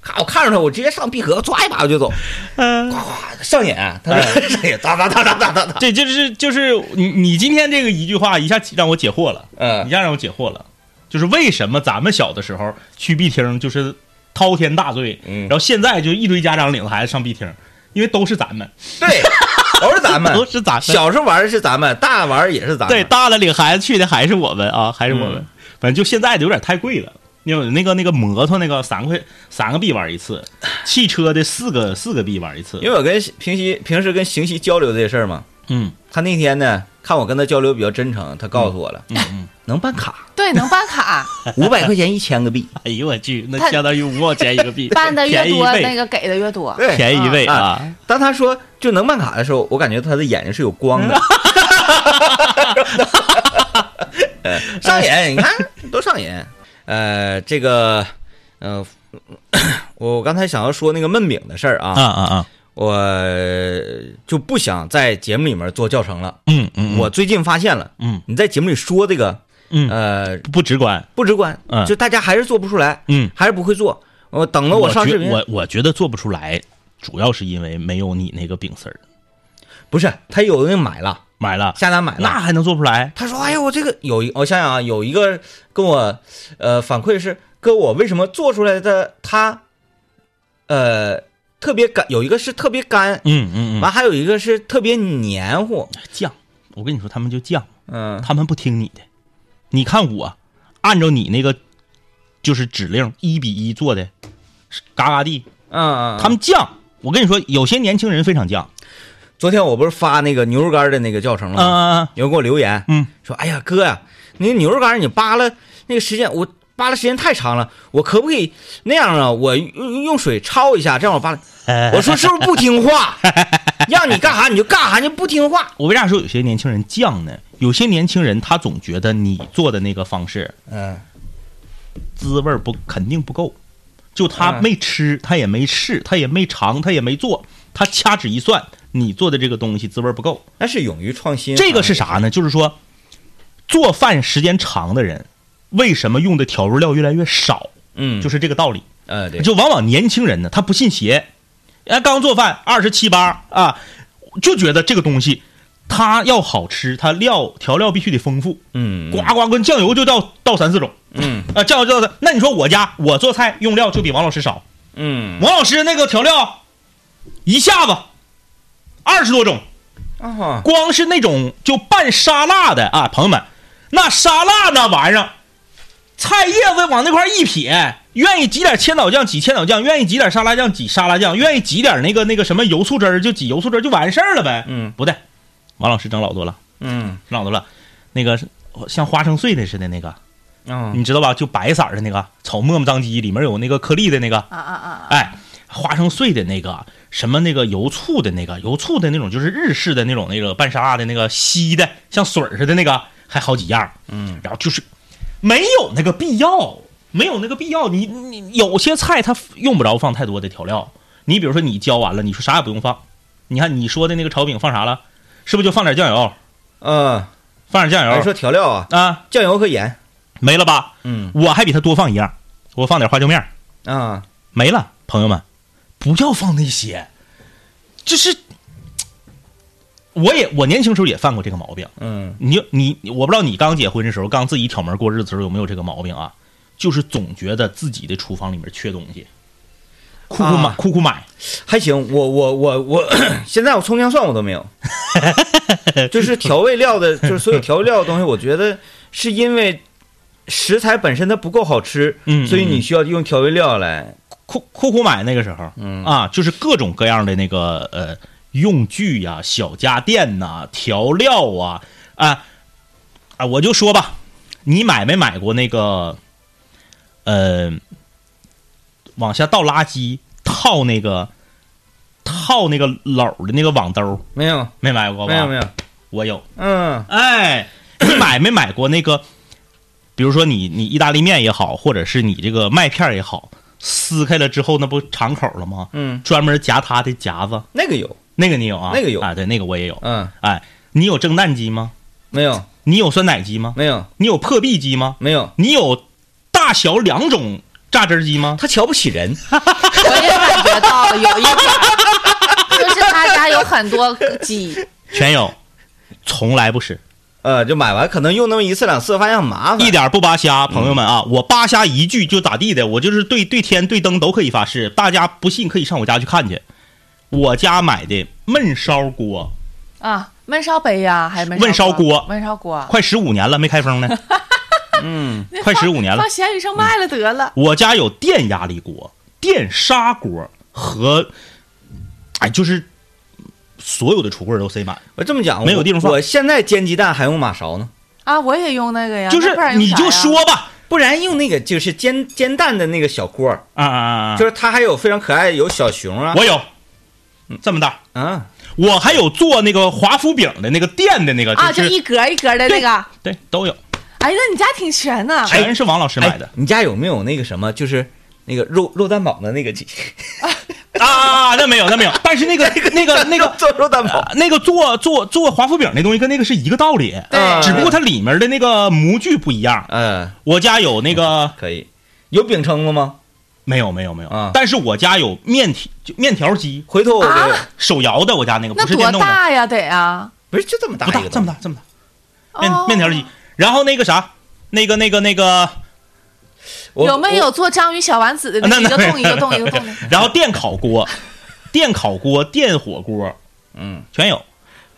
Speaker 4: 咔，我看着她，我直接上币盒抓一把我就走，
Speaker 3: 嗯、
Speaker 4: 夸夸上瘾，啊他说上瘾，哒哒哒哒哒哒哒，
Speaker 3: 这就是就是你你今天这个一句话一下让我解惑了，
Speaker 4: 嗯
Speaker 3: 一下让我解惑了，就是为什么咱们小的时候去币厅就是滔天大罪，
Speaker 4: 嗯
Speaker 3: 然后现在就一堆家长领着孩子上币厅，因为都是咱们，
Speaker 4: 对， 都是咱们，
Speaker 3: 都是咱们
Speaker 4: 小时候玩的是咱们，大玩儿也是咱们。
Speaker 3: 对，，大了领孩子去的还是我们啊，还是我们。反正就现在的有点太贵了。有那个那个摩托那个三块三个币玩一次，汽车的四个四个币玩一次
Speaker 4: 因。为我跟平西平时跟邢西交流这事儿嘛，
Speaker 3: 嗯
Speaker 4: 他那天呢看我跟他交流比较真诚，他告诉我了，
Speaker 3: 嗯嗯，
Speaker 4: 能办卡，
Speaker 5: 对，能办卡，
Speaker 4: 五百块钱一千个币。
Speaker 3: 哎呦我去，那
Speaker 5: 他
Speaker 3: 相当于五毛钱一个币，
Speaker 5: 办的越
Speaker 3: 便宜一
Speaker 5: 多，
Speaker 3: 倍
Speaker 5: 那个给的越多。
Speaker 4: 对
Speaker 3: 便宜一倍
Speaker 4: 啊
Speaker 3: 啊！
Speaker 4: 当他说就能办卡的时候，我感觉他的眼睛是有光 的。呃上瘾，你看多上瘾。呃，这个，呃，我刚才想要说那个焖饼的事儿啊
Speaker 3: 啊啊啊！
Speaker 4: 我就不想在节目里面做教程了。
Speaker 3: 嗯嗯，嗯
Speaker 4: 我最近发现了，
Speaker 3: 嗯
Speaker 4: 你在节目里说这个，
Speaker 3: 嗯
Speaker 4: 呃，
Speaker 3: 不直观。
Speaker 4: 不直观，
Speaker 3: 嗯
Speaker 4: 就大家还是做不出来，
Speaker 3: 嗯，
Speaker 4: 还是不会做。我等了我上
Speaker 3: 觉
Speaker 4: 视频，
Speaker 3: 我我觉得做不出来，主要是因为没有你那个饼丝儿。
Speaker 4: 不是他有的人买了，
Speaker 3: 买了，
Speaker 4: 下单买
Speaker 3: 那
Speaker 4: 了。
Speaker 3: 还能做不出来？
Speaker 4: 他说：“哎呦，我这个有一，我想想啊，有一个跟我，呃，反馈是哥，我为什么做出来的他，呃，特别干，有一个是特别干，
Speaker 3: 嗯嗯嗯，
Speaker 4: 完还有一个是特别黏糊，
Speaker 3: 犟。我跟你说，他们就犟。
Speaker 4: 嗯，
Speaker 3: 他们不听你的。你看我，啊按照你那个就是指令一比一做的，是嘎嘎地。
Speaker 4: 嗯，
Speaker 3: 他们犟，我跟你说，有些年轻人非常犟。
Speaker 4: 昨天我不是发那个牛肉干的那个教程了吗？
Speaker 3: 嗯
Speaker 4: 有人给我留言，
Speaker 3: 嗯，
Speaker 4: 说：“哎呀，哥呀、那个牛肉干你扒拉那个时间，我扒拉时间太长了，我可不可以那样啊？我用用水焯一下，这样我 扒拉。”我说：“是不是不听话？让你干啥你就干啥，你不听话。
Speaker 3: 我为啥说有些年轻人犟呢？有些年轻人他总觉得你做的那个方式”
Speaker 4: 嗯，
Speaker 3: 滋味儿不肯定不够，就他
Speaker 4: 嗯
Speaker 3: 没吃，他也没试，他也没尝，他也没做，他掐指一算，你做的这个东西滋味儿不够。
Speaker 4: 那是勇于创新。啊
Speaker 3: 这个是啥呢？就是说，做饭时间长的人，为什么用的调味料越来越少？
Speaker 4: 嗯，
Speaker 3: 就是是这个道理。
Speaker 4: 呃，对，
Speaker 3: 就往往年轻人呢，他不信邪，哎，刚做饭二十七八啊，就觉得这个东西它要好吃，它料调料必须得丰富，
Speaker 4: 嗯
Speaker 3: 呱呱跟酱油就倒倒三四种，
Speaker 4: 嗯
Speaker 3: 啊、酱油就倒三。那你说我家我做菜用料就比王老师少，
Speaker 4: 嗯
Speaker 3: 王老师那个调料一下子二十多种，
Speaker 4: 啊，
Speaker 3: 光是那种就拌沙拉的啊，朋友们，那沙拉那玩意儿，菜叶子往那块儿一撇，愿意挤点千岛酱挤千岛酱，愿意挤点沙拉酱挤沙拉酱，愿意挤点那个那个什么油醋汁儿就挤油醋汁儿就完事儿了呗。
Speaker 4: 嗯，
Speaker 3: 不对，王老师整老多了，
Speaker 4: 嗯
Speaker 3: 整老多了，那个是像花生碎的似的那个，
Speaker 4: 啊，
Speaker 3: 你知道吧？就白色儿的那个，炒磨磨张鸡里面有那个颗粒的那个，
Speaker 5: 啊啊啊！
Speaker 3: 哎，花生碎的那个，什么那个油醋的那个，油醋的那种就是日式的那种那个拌沙拉的那个稀的，像水儿似的那个，还好几样。嗯，然后就是没有那个必要，没有那个必要。你你有些菜它用不着放太多的调料。你比如说你浇完了，你说啥也不用放，你看你说的那个炒饼放啥了？是不是就放点酱油？
Speaker 4: 嗯，
Speaker 3: 放点酱
Speaker 4: 还
Speaker 3: 油
Speaker 4: 说调料啊，
Speaker 3: 啊，
Speaker 4: 酱油和盐，
Speaker 3: 没了吧？
Speaker 4: 嗯
Speaker 3: 我还比他多放一样，我放点花椒面儿。
Speaker 4: 啊，
Speaker 3: 没了，朋友们，不要放那些，就是。我也我年轻时候也犯过这个毛病，
Speaker 4: 嗯
Speaker 3: 你你我不知道你刚结婚的时候，刚自己挑门过日子的时候有没有这个毛病啊？就是总觉得自己的厨房里面缺东西，酷酷买
Speaker 4: 啊
Speaker 3: 酷酷买，
Speaker 4: 还行，我我我我，现在我葱姜蒜我都没有， 就是调味料的，就是所有调味料的东西，我觉得是因为食材本身它不够好吃，
Speaker 3: 嗯
Speaker 4: 所以你需要用调味料来，
Speaker 3: 酷酷酷买那个时候，
Speaker 4: 嗯
Speaker 3: 啊，就是各种各样的那个呃用具呀、小家电呐、调料啊啊啊，我就说吧，你买没买过那个呃往下倒垃圾套那个套那个篓儿的那个网兜儿，
Speaker 4: 没有
Speaker 3: 没买过吧？
Speaker 4: 没有没有，
Speaker 3: 我有。
Speaker 4: 嗯
Speaker 3: 哎，你买没买过那个？比如说你你意大利面也好，或者是你这个麦片儿也好，撕开了之后那不敞口了吗？
Speaker 4: 嗯，
Speaker 3: 专门夹它的夹子，
Speaker 4: 那个有，
Speaker 3: 那个你有啊？
Speaker 4: 那个有
Speaker 3: 啊，对，那个我也有。
Speaker 4: 嗯
Speaker 3: 哎，你有蒸蛋机吗？
Speaker 4: 没有
Speaker 3: 你有酸奶机吗？
Speaker 4: 没有
Speaker 3: 你有破壁机吗？
Speaker 4: 没有，
Speaker 3: 你有大小两种榨汁机吗？
Speaker 4: 他瞧不起人，
Speaker 5: 我也感觉到了有一点儿，就是他家有很多鸡，
Speaker 3: 全有，从来不是，
Speaker 4: 呃，就买完可能用那么一次两次，发现很麻
Speaker 3: 一
Speaker 4: 烦，
Speaker 3: 点儿不扒瞎，朋友们啊，我扒瞎一句就咋地的，我就是对对天对灯都可以发誓，大家不信可以上我家去看去，我家买的焖烧锅，
Speaker 5: 啊，焖烧杯呀，还焖
Speaker 3: 焖烧锅
Speaker 5: 焖烧锅，
Speaker 3: 快十五年了没开封呢，
Speaker 4: 嗯
Speaker 5: 那
Speaker 3: 快
Speaker 5: 放
Speaker 3: 15年了
Speaker 5: 放闲鱼上卖了得了。
Speaker 3: 我家有电压力锅、电砂锅和，哎，就是所有的橱柜都塞满，
Speaker 4: 我这么讲，
Speaker 3: 没有地方放
Speaker 4: 我我现在煎鸡蛋还用马勺呢，
Speaker 5: 啊，我也用那个呀，
Speaker 3: 就
Speaker 5: 那
Speaker 3: 是
Speaker 5: 不然用
Speaker 3: 你
Speaker 5: 啥
Speaker 3: 就
Speaker 5: 呀
Speaker 3: 说吧，
Speaker 4: 不然用那个就是煎煎蛋的那个小锅儿，
Speaker 3: 啊啊啊啊
Speaker 4: 就！是它还有非常可爱，有小熊啊，
Speaker 3: 我有嗯这么大，
Speaker 4: 啊，
Speaker 3: 我还有做那个华夫饼的那个电的那个，
Speaker 5: 啊，就是一格一格的那个。
Speaker 3: 对都有，
Speaker 5: 哎，那你家挺全呢，
Speaker 3: 全是王老师买的
Speaker 4: 哎。你家有没有那个什么，就是那个肉肉蛋堡的那个 鸡？
Speaker 3: 啊啊，啊那没有，那没有。但 是那个那个那个
Speaker 4: 做肉蛋堡，
Speaker 3: 呃那个做做做华夫饼那东西跟那个是一个道理，
Speaker 5: 对
Speaker 3: 只不过它里面的那个模具不一样。
Speaker 4: 呃嗯，
Speaker 3: 我家有那个
Speaker 4: 可以。有饼铛子吗？
Speaker 3: 没有没有没有
Speaker 4: 啊，
Speaker 3: 但是我家有面条就面条机，
Speaker 4: 回头我给、
Speaker 5: 啊
Speaker 3: 手摇的，我家那个
Speaker 5: 那
Speaker 3: 不是
Speaker 5: 多
Speaker 3: 电动的，
Speaker 5: 大呀？得啊，
Speaker 4: 不是就这么大
Speaker 3: 不
Speaker 4: 一个东
Speaker 3: 大
Speaker 4: 西
Speaker 3: 这么大这么大面
Speaker 5: 哦
Speaker 3: 面条机。然后那个啥，那个那个那个，
Speaker 4: 我
Speaker 5: 有没有做章鱼小丸子的那
Speaker 3: 啊那
Speaker 5: 一个洞一个洞一个洞的？
Speaker 3: 然后电烤锅、电烤锅、电火锅，
Speaker 4: 嗯，
Speaker 3: 全有。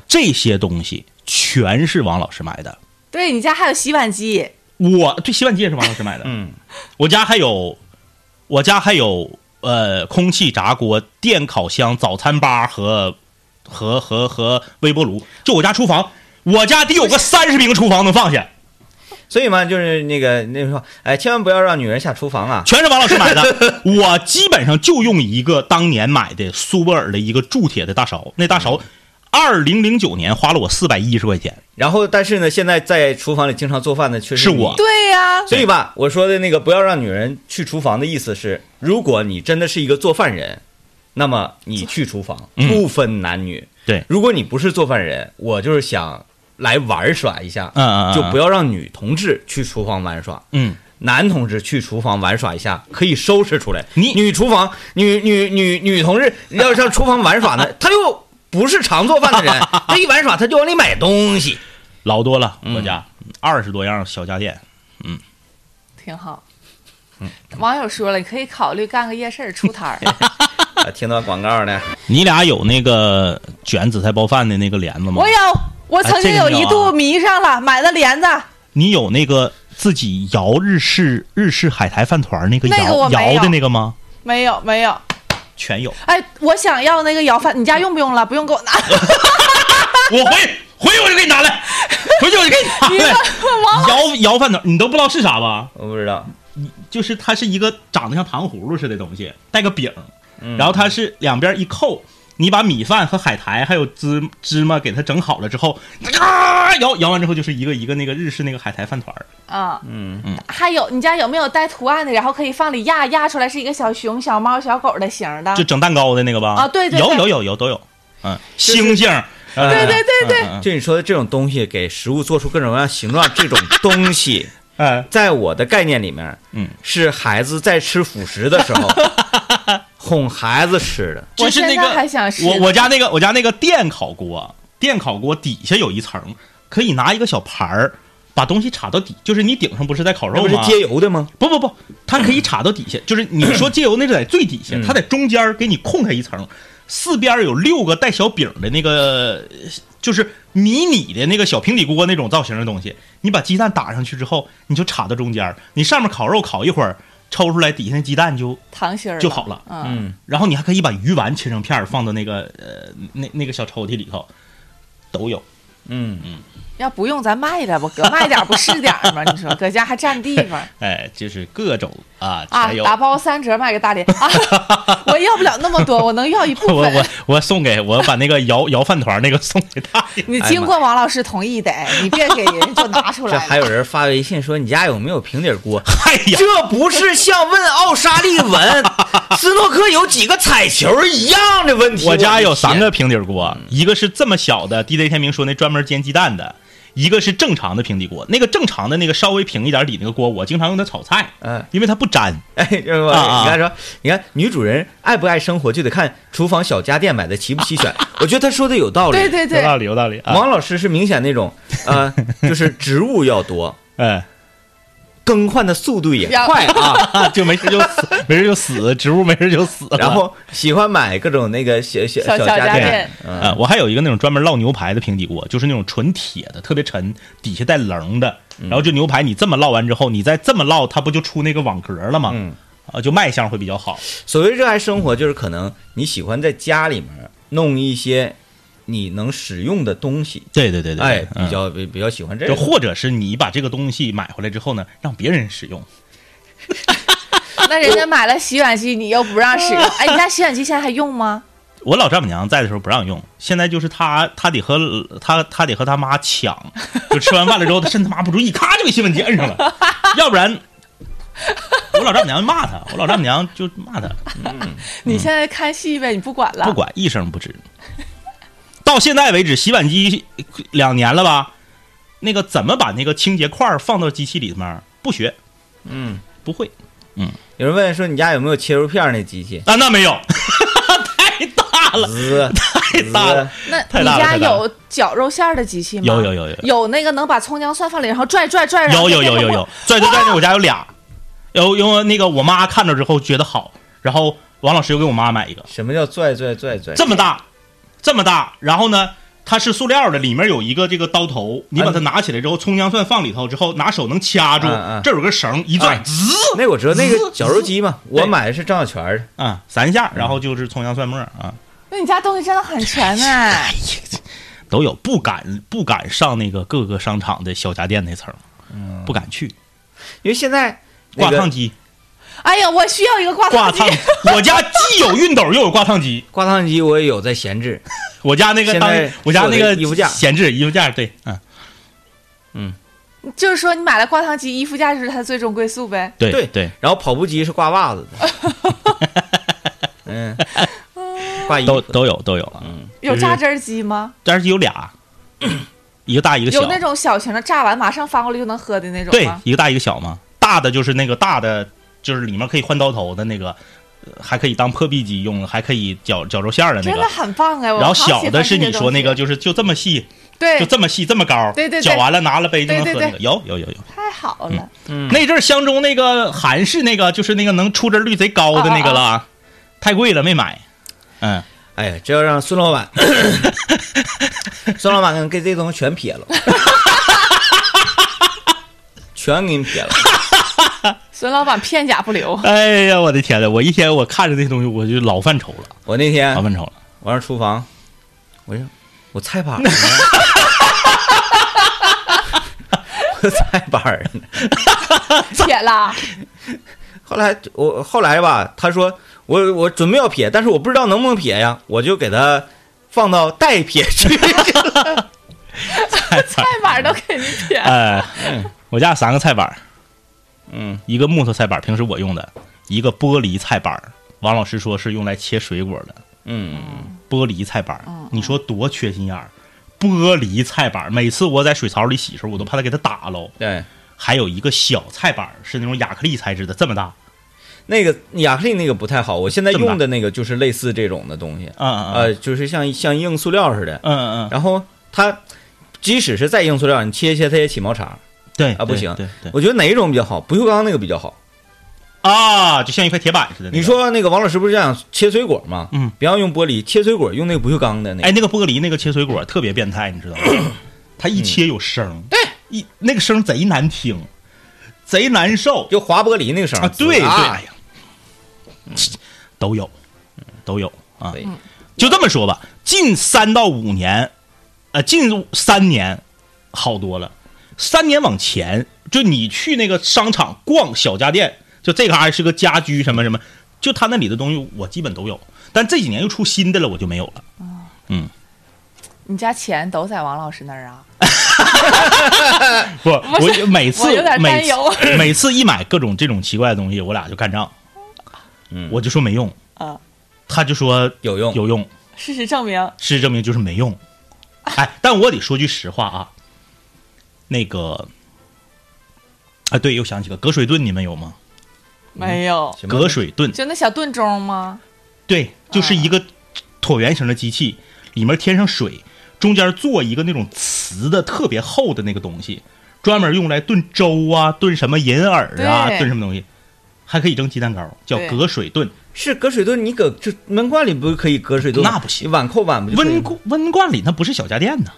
Speaker 3: 这些东西全是王老师买的。
Speaker 5: 对你家还有洗碗机，
Speaker 3: 我对洗碗机也是王老师买的，
Speaker 4: 嗯，
Speaker 3: 我家还有，我家还有呃，空气炸锅、电烤箱、早餐吧和和和和微波炉。就我家厨房，我家得有个三十平厨房能放下，
Speaker 4: 所以嘛，就是那个那个说，哎，千万不要让女人下厨房啊！
Speaker 3: 全是王老师买的。我基本上就用一个当年买的苏泊尔的一个铸铁的大勺，那大勺。二零零九年花了我四百一十块钱，
Speaker 4: 然后，但是呢，现在在厨房里经常做饭的却
Speaker 3: 是
Speaker 4: 是你
Speaker 3: 我
Speaker 5: 对呀，
Speaker 4: 所以吧，我说的那个不要让女人去厨房的意思是，如果你真的是一个做饭人，那么你去厨房
Speaker 3: 嗯
Speaker 4: 不分男女。
Speaker 3: 对
Speaker 4: 如果你不是做饭人，我就是想来玩耍一下，
Speaker 3: 嗯嗯嗯
Speaker 4: 就不要让女同志去厨房玩耍，
Speaker 3: 嗯，
Speaker 4: 男同志去厨房玩耍一下可以收拾出来。
Speaker 3: 你
Speaker 4: 女厨房女女女女同志要上厨房玩耍呢，她就不是常做饭的人，他一玩耍他就往里买东西。
Speaker 3: 老多了，
Speaker 4: 嗯
Speaker 3: 我家二十多样小家电，
Speaker 5: 挺好。
Speaker 3: 嗯
Speaker 5: 网友说了，你可以考虑干个夜市儿出摊
Speaker 3: 哎
Speaker 5: 儿。
Speaker 4: 啊听到广告呢，
Speaker 3: 你俩有那个卷紫菜包饭的那个帘子吗
Speaker 5: 我？有，我曾
Speaker 3: 哎
Speaker 5: 经
Speaker 3: 啊
Speaker 5: 有一度迷上了，买的帘子，
Speaker 3: 你有那个自己摇日式日式海苔饭团儿那个
Speaker 5: 那个我
Speaker 3: 摇
Speaker 5: 没有
Speaker 3: 摇的那个吗？
Speaker 5: 没有没有。
Speaker 3: 全有，
Speaker 5: 哎，我想要那个摇饭，你家用不用了？不用给我拿。
Speaker 3: 我回回去我就给你拿来，回去我就给你
Speaker 5: 你
Speaker 3: 拿来。
Speaker 5: 看王
Speaker 3: 摇摇饭团，你都不知道是啥吧？
Speaker 4: 我不知道。
Speaker 3: 就是它是一个长得像糖葫芦似的东西，带个柄，然后它是两边一扣，你把米饭和海苔还有芝芝麻给它整好了之后，啊，摇摇完之后就是一个一个那个日式那个海苔饭团儿，
Speaker 5: 啊，
Speaker 4: 嗯
Speaker 3: 嗯，
Speaker 5: 还有你家有没有带图案的，然后可以放里压压出来是一个小熊、小猫、小狗的形儿的
Speaker 3: 就？整蛋糕的那个吧？
Speaker 5: 啊对对
Speaker 3: 有
Speaker 5: 对
Speaker 3: 有有有都有，嗯，
Speaker 4: 是
Speaker 3: 星星，对
Speaker 5: 对对对对，
Speaker 3: 嗯
Speaker 4: 就你说的这种东西，给食物做出各种各样形状，这种东 西，
Speaker 3: 嗯，
Speaker 4: 在我的概念里面，
Speaker 3: 嗯，
Speaker 4: 是孩子在吃辅食的时 候哄孩子吃的。
Speaker 5: 我
Speaker 3: 就是那
Speaker 5: 现在
Speaker 3: 个
Speaker 5: 还想试
Speaker 3: 我我家那个我家那个电烤锅，电烤锅底下有一层，可以拿一个小盘儿。把东西插到底，就是你顶上不是在烤
Speaker 4: 那
Speaker 3: 肉
Speaker 4: 不
Speaker 3: 吗？
Speaker 4: 是接油的吗？
Speaker 3: 不不不，它可以插到底下，就是你说借油那是在最底下，
Speaker 4: 嗯
Speaker 3: 它在中间儿给你空开一层，四边儿有六个带小柄的那个，就是迷你的那个小平底锅那种造型的东西。你把鸡蛋打上去之后，你就插到中间儿，你上面烤肉烤一会儿，抽出来底下那鸡蛋就
Speaker 5: 糖心儿
Speaker 3: 就好了。
Speaker 5: 嗯，
Speaker 4: 嗯，
Speaker 3: 然后你还可以把鱼丸切成片儿放到那个呃那那个小抽屉里头，都有。
Speaker 4: 嗯，
Speaker 5: 要不用咱卖了吧，哥卖点儿不是点儿吗？你说搁家还占地方。
Speaker 3: 哎，就是各种啊，
Speaker 5: 啊
Speaker 3: 全，有。
Speaker 5: 打包三折卖给大连啊！我要不了那么多，我能要一部
Speaker 3: 我我
Speaker 5: 分。
Speaker 3: 我送给我把那个 摇摇饭团儿那个送给大爷。
Speaker 5: 你经过王老师同意得，
Speaker 3: 哎
Speaker 5: 你别给人就拿出来
Speaker 4: 这
Speaker 5: 了。
Speaker 4: 还有人发微信说你家有没有平底锅？
Speaker 3: 哎 呀，
Speaker 4: 这不是像问奥沙利 文、斯诺克有几个彩球一样的问题。
Speaker 3: 我家有
Speaker 4: 的天嗯
Speaker 3: 三个平底锅，一个是这么小的，DJ 天明说那专门煎鸡蛋的，一个是正常的平底锅，那个正常的那个稍微平一点儿底那个锅，我经常用它炒菜，
Speaker 4: 嗯，
Speaker 3: 因为它不粘。
Speaker 4: 哎，就是我
Speaker 3: 啊啊
Speaker 4: 你看说，你看女主人爱不爱生活，就得看厨房小家电买的齐不齐全。我觉得他说的有道理。
Speaker 5: 对对
Speaker 3: 有
Speaker 5: 对，
Speaker 3: 道理，有道理啊。
Speaker 4: 王老师是明显那种， 呃，就是植物要多，
Speaker 3: 哎，
Speaker 4: 更换的速度也快啊。
Speaker 3: 啊就没事就死，没事就死，植物没事就死了。
Speaker 4: 然后喜欢买各种那个小小
Speaker 5: 小小
Speaker 4: 家
Speaker 5: 家
Speaker 4: 电
Speaker 5: 电，
Speaker 4: 嗯，
Speaker 3: 啊，我还有一个那种专门烙牛排的平底锅，就是那种纯铁的，特别沉，底下带棱的。
Speaker 4: 嗯
Speaker 3: 然后就牛排，你这么烙完之后，你再这么烙，它不就出那个网格了吗？
Speaker 4: 嗯
Speaker 3: 啊，就卖相会比较好。
Speaker 4: 所谓热爱生活，就是可能你喜欢在家里面弄一些你能使用的东西，
Speaker 3: 对对对对，
Speaker 4: 哎，比
Speaker 3: 嗯
Speaker 4: 较比比较喜欢这
Speaker 3: 就
Speaker 4: 个。
Speaker 3: 或者是你把这个东西买回来之后呢，让别人使用。
Speaker 5: 那人家买了洗碗机，你又不 让使用，哎，你家洗碗机现在还用吗？
Speaker 3: 我老丈母娘在的时候不让用，现在就是她，她得和她，她得和她妈抢，就吃完饭了之后，她趁她妈不注意，咔就给洗碗机摁上了，要不然我老丈母娘骂她，我老丈母娘就骂她，
Speaker 5: 你现在看戏呗，你不管了。
Speaker 3: 不管一声不吱。到现在为止，洗碗机两年了吧？那个怎么把那个清洁块儿放到机器里面？不学，
Speaker 4: 嗯，
Speaker 3: 不会
Speaker 4: 有人问说你家有没有切肉片儿那机器？
Speaker 3: 啊？那没有， 太大了，
Speaker 4: 滋
Speaker 3: 太大了。
Speaker 5: 那
Speaker 3: 太
Speaker 5: 你
Speaker 3: 大了
Speaker 5: 家
Speaker 3: 太大了
Speaker 5: 有绞肉馅儿的机器吗？
Speaker 3: 有有有有
Speaker 5: 有那个能把葱姜蒜放里，然后拽拽拽，然后
Speaker 3: 有有
Speaker 5: 变
Speaker 3: 有
Speaker 5: 成
Speaker 3: 有
Speaker 5: 沫
Speaker 3: 有，拽拽拽的，我家有俩，有因为那个我妈看着之后觉得好，然后王老师又给我妈买一个，
Speaker 4: 什么叫拽拽拽拽？
Speaker 3: 这么大，这么大，然后呢，它是塑料的，里面有一个这个刀头，你把它拿起来之后，葱姜蒜放里头之后，拿手能掐住
Speaker 4: 嗯嗯，
Speaker 3: 这有个绳一拽
Speaker 4: 嗯，
Speaker 3: 滋
Speaker 4: 那我知道那个绞肉机嘛，
Speaker 3: 对
Speaker 4: 我买的是张小泉儿的。
Speaker 3: 啊三下，然后就是葱姜蒜末啊，
Speaker 5: 那你家东西真的很全哎。
Speaker 3: 都有，不敢不敢上那个各个商场的小家电那层，不敢去
Speaker 4: 因为现在那
Speaker 3: 嗯挂烫
Speaker 4: 个
Speaker 3: 机，
Speaker 5: 哎呀，我需要一个挂
Speaker 3: 挂
Speaker 5: 烫机
Speaker 3: 烫，，我家既有熨斗又有挂烫机。
Speaker 4: 挂烫机我也有在闲置，
Speaker 3: 我家那个
Speaker 4: 现
Speaker 3: 当
Speaker 4: 在
Speaker 3: 我家
Speaker 4: 是
Speaker 3: 那
Speaker 4: 我
Speaker 3: 个
Speaker 4: 的衣服架
Speaker 3: 闲置衣服架，对，嗯，
Speaker 5: 就是说你买了挂烫机，衣服架就是它最终归宿呗。
Speaker 3: 对
Speaker 4: 对
Speaker 3: 对，
Speaker 4: 然后跑步机是挂袜子的， 嗯，哎挂衣服
Speaker 3: 都都有都有，嗯，
Speaker 5: 有榨汁儿机吗？
Speaker 3: 但是有 俩，一个大一个小
Speaker 5: 有，那种小型的，榨完马上翻过来就能喝的那种
Speaker 3: 对
Speaker 5: 吗，？
Speaker 3: 一个大一个小嘛，大的就是那个大的，就是里面可以换刀头的那个，呃还可以当破壁机用，还可以绞绞肉馅儿的那
Speaker 5: 真
Speaker 3: 个
Speaker 5: 的。很棒哎！我
Speaker 3: 然后
Speaker 5: 好喜
Speaker 3: 小
Speaker 5: 欢
Speaker 3: 的
Speaker 5: 这
Speaker 3: 是你
Speaker 5: 些
Speaker 3: 说那
Speaker 5: 东
Speaker 3: 个，
Speaker 5: 西
Speaker 3: 就是就这么细，
Speaker 5: 对，
Speaker 3: 就这么细这么高，
Speaker 5: 对对对
Speaker 3: 搅完了拿了杯就能
Speaker 5: 对
Speaker 3: 喝
Speaker 5: 对
Speaker 3: 那
Speaker 5: 对
Speaker 3: 个。有有有有，
Speaker 5: 太好
Speaker 3: 嗯
Speaker 5: 了。
Speaker 4: 嗯
Speaker 3: 那阵儿相中那个韩式那个，就是那个能出汁率贼
Speaker 5: 哦
Speaker 3: 高的那个了，啊太贵了没买。嗯，
Speaker 4: 哎呀，这要让孙老板， 孙老板给给这东西全撇 了，全给你撇了。
Speaker 5: 孙老板片甲 不留，
Speaker 3: 哎呀，我的天呐，我一天我看着那东西我就老犯愁了，
Speaker 4: 我那天
Speaker 3: 老犯愁了。
Speaker 4: 我上厨房，我说我菜板儿呢， 我菜板儿呢。
Speaker 5: 撇 了。
Speaker 4: 后来我后来吧，他说我我准备要撇，但是我不知道能不能撇呀，我就给他放到待撇区。
Speaker 5: 菜板儿都给你撇。
Speaker 3: 哎，我家有三个菜板儿，
Speaker 4: 嗯，
Speaker 3: 一个木头菜板儿，平时我用的；一个玻璃菜板儿，王老师说是用来切水果的。
Speaker 4: 嗯，
Speaker 3: 玻璃菜板儿，你说多缺心眼儿！玻璃菜板儿，每次我在水槽里洗的时候，我都怕它给它打喽。
Speaker 4: 对，
Speaker 3: 还有一个小菜板儿，是那种亚克力材质的，这么大。
Speaker 4: 那个亚克力那个不太好，我现在
Speaker 3: 这么大
Speaker 4: 用的那个就是类似这种的东西，
Speaker 3: 嗯嗯嗯
Speaker 4: 呃，就是像像硬塑料似的。
Speaker 3: 嗯嗯，
Speaker 4: 然后它即使是再硬塑料，你切一切它也起毛茬儿。
Speaker 3: 对
Speaker 4: 啊不行
Speaker 3: 对对对
Speaker 4: 我觉得哪一种比较好？不锈钢那个比较好。
Speaker 3: 啊，就像一块铁板似的。那个
Speaker 4: 你，说那个王老师不是想切水果吗？
Speaker 3: 嗯，
Speaker 4: 不要用玻璃，切水果用那个不锈钢的那个。
Speaker 3: 哎，那个玻璃那个切水果特别变态，你知道 吗？它一切有声儿，对，一那个声儿贼难听，贼难受。
Speaker 4: 就划玻璃那个声儿
Speaker 3: 啊，对对，
Speaker 4: 啊
Speaker 3: 哎呀，都有，都有啊
Speaker 4: 对。
Speaker 3: 就这么说吧，近三到五年，呃，近三年好多了。三年往前，就你去那个商场逛小家电，就这嘎、儿是个家居什么什么，就他那里的东西我基本都有。但这几年又出新的了，我就没有了。
Speaker 5: 你家钱都在王老师那儿啊？
Speaker 3: 不，
Speaker 5: 是
Speaker 3: 我就每次
Speaker 5: 我有点
Speaker 3: 每
Speaker 5: 担忧
Speaker 3: 次每次一买各种这种奇怪的东西，我俩就干仗。
Speaker 4: 嗯
Speaker 3: 我就说没用
Speaker 5: 啊，
Speaker 3: 他就说
Speaker 4: 有用
Speaker 3: 有用，
Speaker 5: 事实证明，
Speaker 3: 事实证明就是没用。哎，但我得说句实话啊，那个，啊，对，又想起了隔水盾，你们有吗？
Speaker 5: 没有，
Speaker 4: 什么
Speaker 3: 隔水盾，
Speaker 5: 就那小炖盅吗？
Speaker 3: 对，就是
Speaker 5: 嗯
Speaker 3: 一个椭圆形的机器，里面添上水，中间做一个那种瓷的特别厚的那个东西，专门用来炖粥啊，炖什么银耳啊，
Speaker 5: 对
Speaker 3: 炖什么东西，还可以蒸鸡蛋糕，叫
Speaker 5: 对
Speaker 3: 隔水盾。
Speaker 4: 是隔水盾，你搁这门罐里不是可以隔水盾吗？
Speaker 3: 那不行
Speaker 4: 你碗扣碗不就可以
Speaker 3: 温
Speaker 4: 吗
Speaker 3: 罐温罐里那不是小家电呢，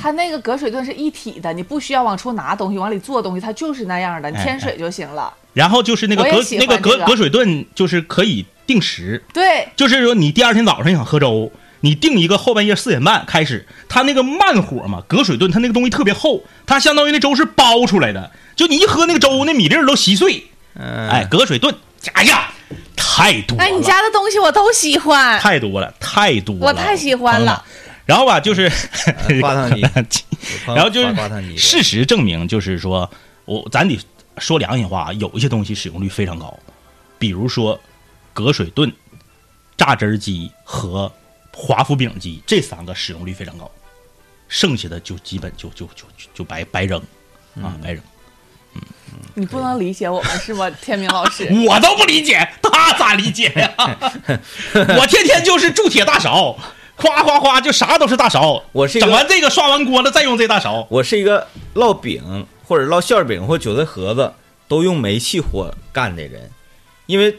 Speaker 5: 它那个隔水炖是一体的，你不需要往出拿东西，往里做东西，它就是那样的，你
Speaker 3: 哎
Speaker 5: 添水就行了。
Speaker 3: 然后就是那个
Speaker 5: 我也
Speaker 3: 隔
Speaker 5: 喜
Speaker 3: 那
Speaker 5: 欢
Speaker 3: 个隔
Speaker 5: 这个
Speaker 3: 隔水盾，就是可以定时，
Speaker 5: 对，
Speaker 3: 就是说你第二天早上想喝粥，你定一个后半夜四点半开始，它那个慢火嘛，隔水炖它那个东西特别厚，它相当于那粥是包出来的，就你一喝那个粥，那米粒儿都稀碎。
Speaker 4: 嗯，
Speaker 3: 哎，，隔水炖，哎呀，太多了，
Speaker 5: 哎，你家的东西我都喜欢。
Speaker 3: 太多了，太多了，
Speaker 5: 哎我太喜欢
Speaker 3: 朋友
Speaker 5: 了
Speaker 3: 们。然后吧，就是
Speaker 4: 呃挂烫机
Speaker 3: 然后就
Speaker 4: 挂挂烫机
Speaker 3: 是事实证明，就是说我咱得说良心话啊，有一些东西使用率非常高，比如说隔水炖、榨汁机和华夫饼机这三个使用率非常高，剩下的就基本就就就就就白白扔
Speaker 4: 嗯
Speaker 3: 啊，白扔。
Speaker 5: 你不能理解我们是吗，天明老师？
Speaker 3: 我都不理解，他咋理解 呀、我天天就是铸铁大勺，夸夸夸就啥都是大勺。
Speaker 4: 我是一个
Speaker 3: 整完这个刷完锅了，再用这大勺。
Speaker 4: 我是一个烙饼或者烙馅儿饼或韭菜盒子都用煤气火干的人，因为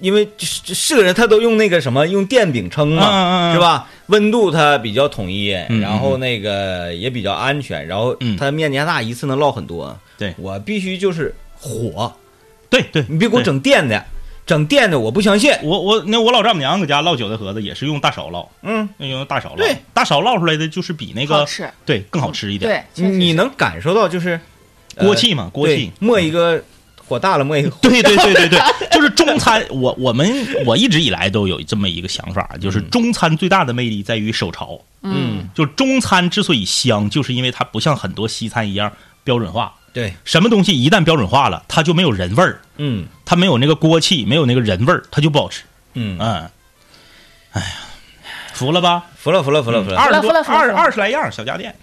Speaker 4: 因为这这是个人他都用那个什么用电饼铛嘛，
Speaker 3: 嗯嗯嗯
Speaker 4: 是吧？温度它比较统一，
Speaker 3: 嗯
Speaker 4: 然后那个也比较安全，然后
Speaker 3: 嗯
Speaker 4: 它面积还大，一次能烙很多。
Speaker 3: 对
Speaker 4: 我必须就是火，
Speaker 3: 对对，
Speaker 4: 你别给我
Speaker 3: 对。
Speaker 4: 整电的，整电的我不相信。
Speaker 3: 我我那我老丈母娘搁家烙韭菜盒子也是用大勺烙，
Speaker 4: 嗯，
Speaker 3: 用大勺烙。
Speaker 4: 对，
Speaker 3: 大勺烙出来的就是比 那
Speaker 5: 好
Speaker 3: 个
Speaker 5: 吃
Speaker 3: 对更好吃一点。嗯
Speaker 5: 对，确实嗯
Speaker 4: 你能感受到就是呃
Speaker 3: 锅气嘛，锅气
Speaker 4: 对。磨一个火大了，磨一个火。
Speaker 3: 对对对对对，就是中餐，我我们我一直以来都有这么一个想法，就是中餐最大的魅力在于手潮。
Speaker 4: 嗯，
Speaker 3: 就中餐之所以香，就是因为它不像很多西餐一样标准化。
Speaker 4: 对，
Speaker 3: 什么东西一旦标准化了，它就没有人味儿，
Speaker 4: 嗯
Speaker 3: 它没有那个锅气，没有那个人味儿，它就不好吃。
Speaker 4: 嗯。
Speaker 3: 嗯，哎呀，服了吧？
Speaker 4: 服了服了服了服了。
Speaker 3: 二十多
Speaker 5: 服了服了
Speaker 3: 二
Speaker 5: 服了
Speaker 3: 二十来样儿小家电，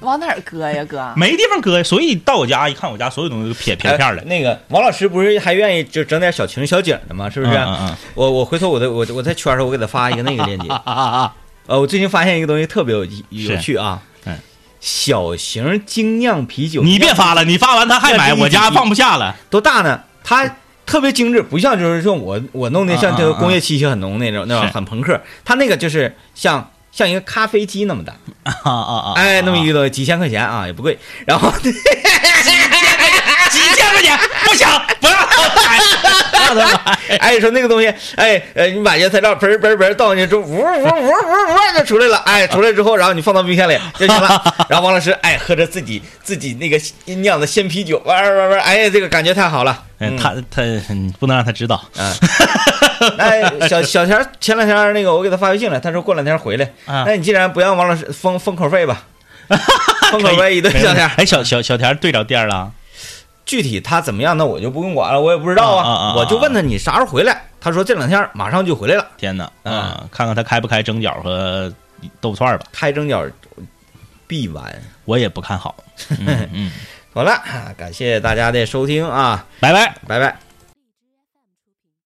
Speaker 5: 往哪儿搁呀，哥？
Speaker 3: 没地方搁呀。所以到我家一看，我家所有东西都撇撇片儿的
Speaker 4: 哎。那个王老师不是还愿意就整点小情小景的吗？是不是？啊
Speaker 3: 嗯嗯嗯
Speaker 4: 我我回头我在我我在圈儿上我给他发一个那个链接。
Speaker 3: 啊啊啊！
Speaker 4: 呃，我最近发现一个东西特别有意
Speaker 3: 是
Speaker 4: 有趣啊，
Speaker 3: 嗯
Speaker 4: 小型精酿啤酒，
Speaker 3: 你别发了，你发完他还买，
Speaker 4: 要是一
Speaker 3: 我家放不下了。
Speaker 4: 多大呢？它特别精致，不像就是说我我弄的像这个
Speaker 3: 啊啊啊
Speaker 4: 工业气息很浓那种，那种
Speaker 3: 是
Speaker 4: 很朋克。它那个就是像像一个咖啡机那么大，
Speaker 3: 啊啊啊！
Speaker 4: 哎，那么一个东西几千块钱啊，也不贵。然后
Speaker 3: 几千块钱不行，不要
Speaker 4: 嗯
Speaker 3: 买。我的妈！
Speaker 4: 哎，说那个东西，哎，呃，你把原材料盆盆盆倒进去之后，呜呜呜呜呜就出来了。哎，出来之后，然后你放到冰箱里就行 了。然后王老师，哎，喝着自己自己那个酿的鲜啤酒，哇哇哇，哎，这个感觉太好了。嗯，
Speaker 3: 嗯他他嗯不能让他知道。
Speaker 4: 嗯，哎，小小田儿前两天那个我给他发微信了，他说过两天回来。
Speaker 3: 啊
Speaker 4: 那你既然不让王老师封封口 费吧，封口费一顿
Speaker 3: 没
Speaker 4: 小
Speaker 3: 问题
Speaker 4: 田儿。
Speaker 3: 哎，小小小田儿对着店了，
Speaker 4: 具体他怎么样，那我就不用管了，我也不知道
Speaker 3: 啊啊啊啊
Speaker 4: 我就问他你啥时候回来，他说这两天马上就回来了。
Speaker 3: 天哪！啊，看看他开不开蒸饺和豆腐串儿吧，
Speaker 4: 开蒸饺必完。
Speaker 3: 我也不看好。嗯嗯，
Speaker 4: 好了，感谢大家的收听啊，
Speaker 3: 拜拜。
Speaker 4: 拜拜。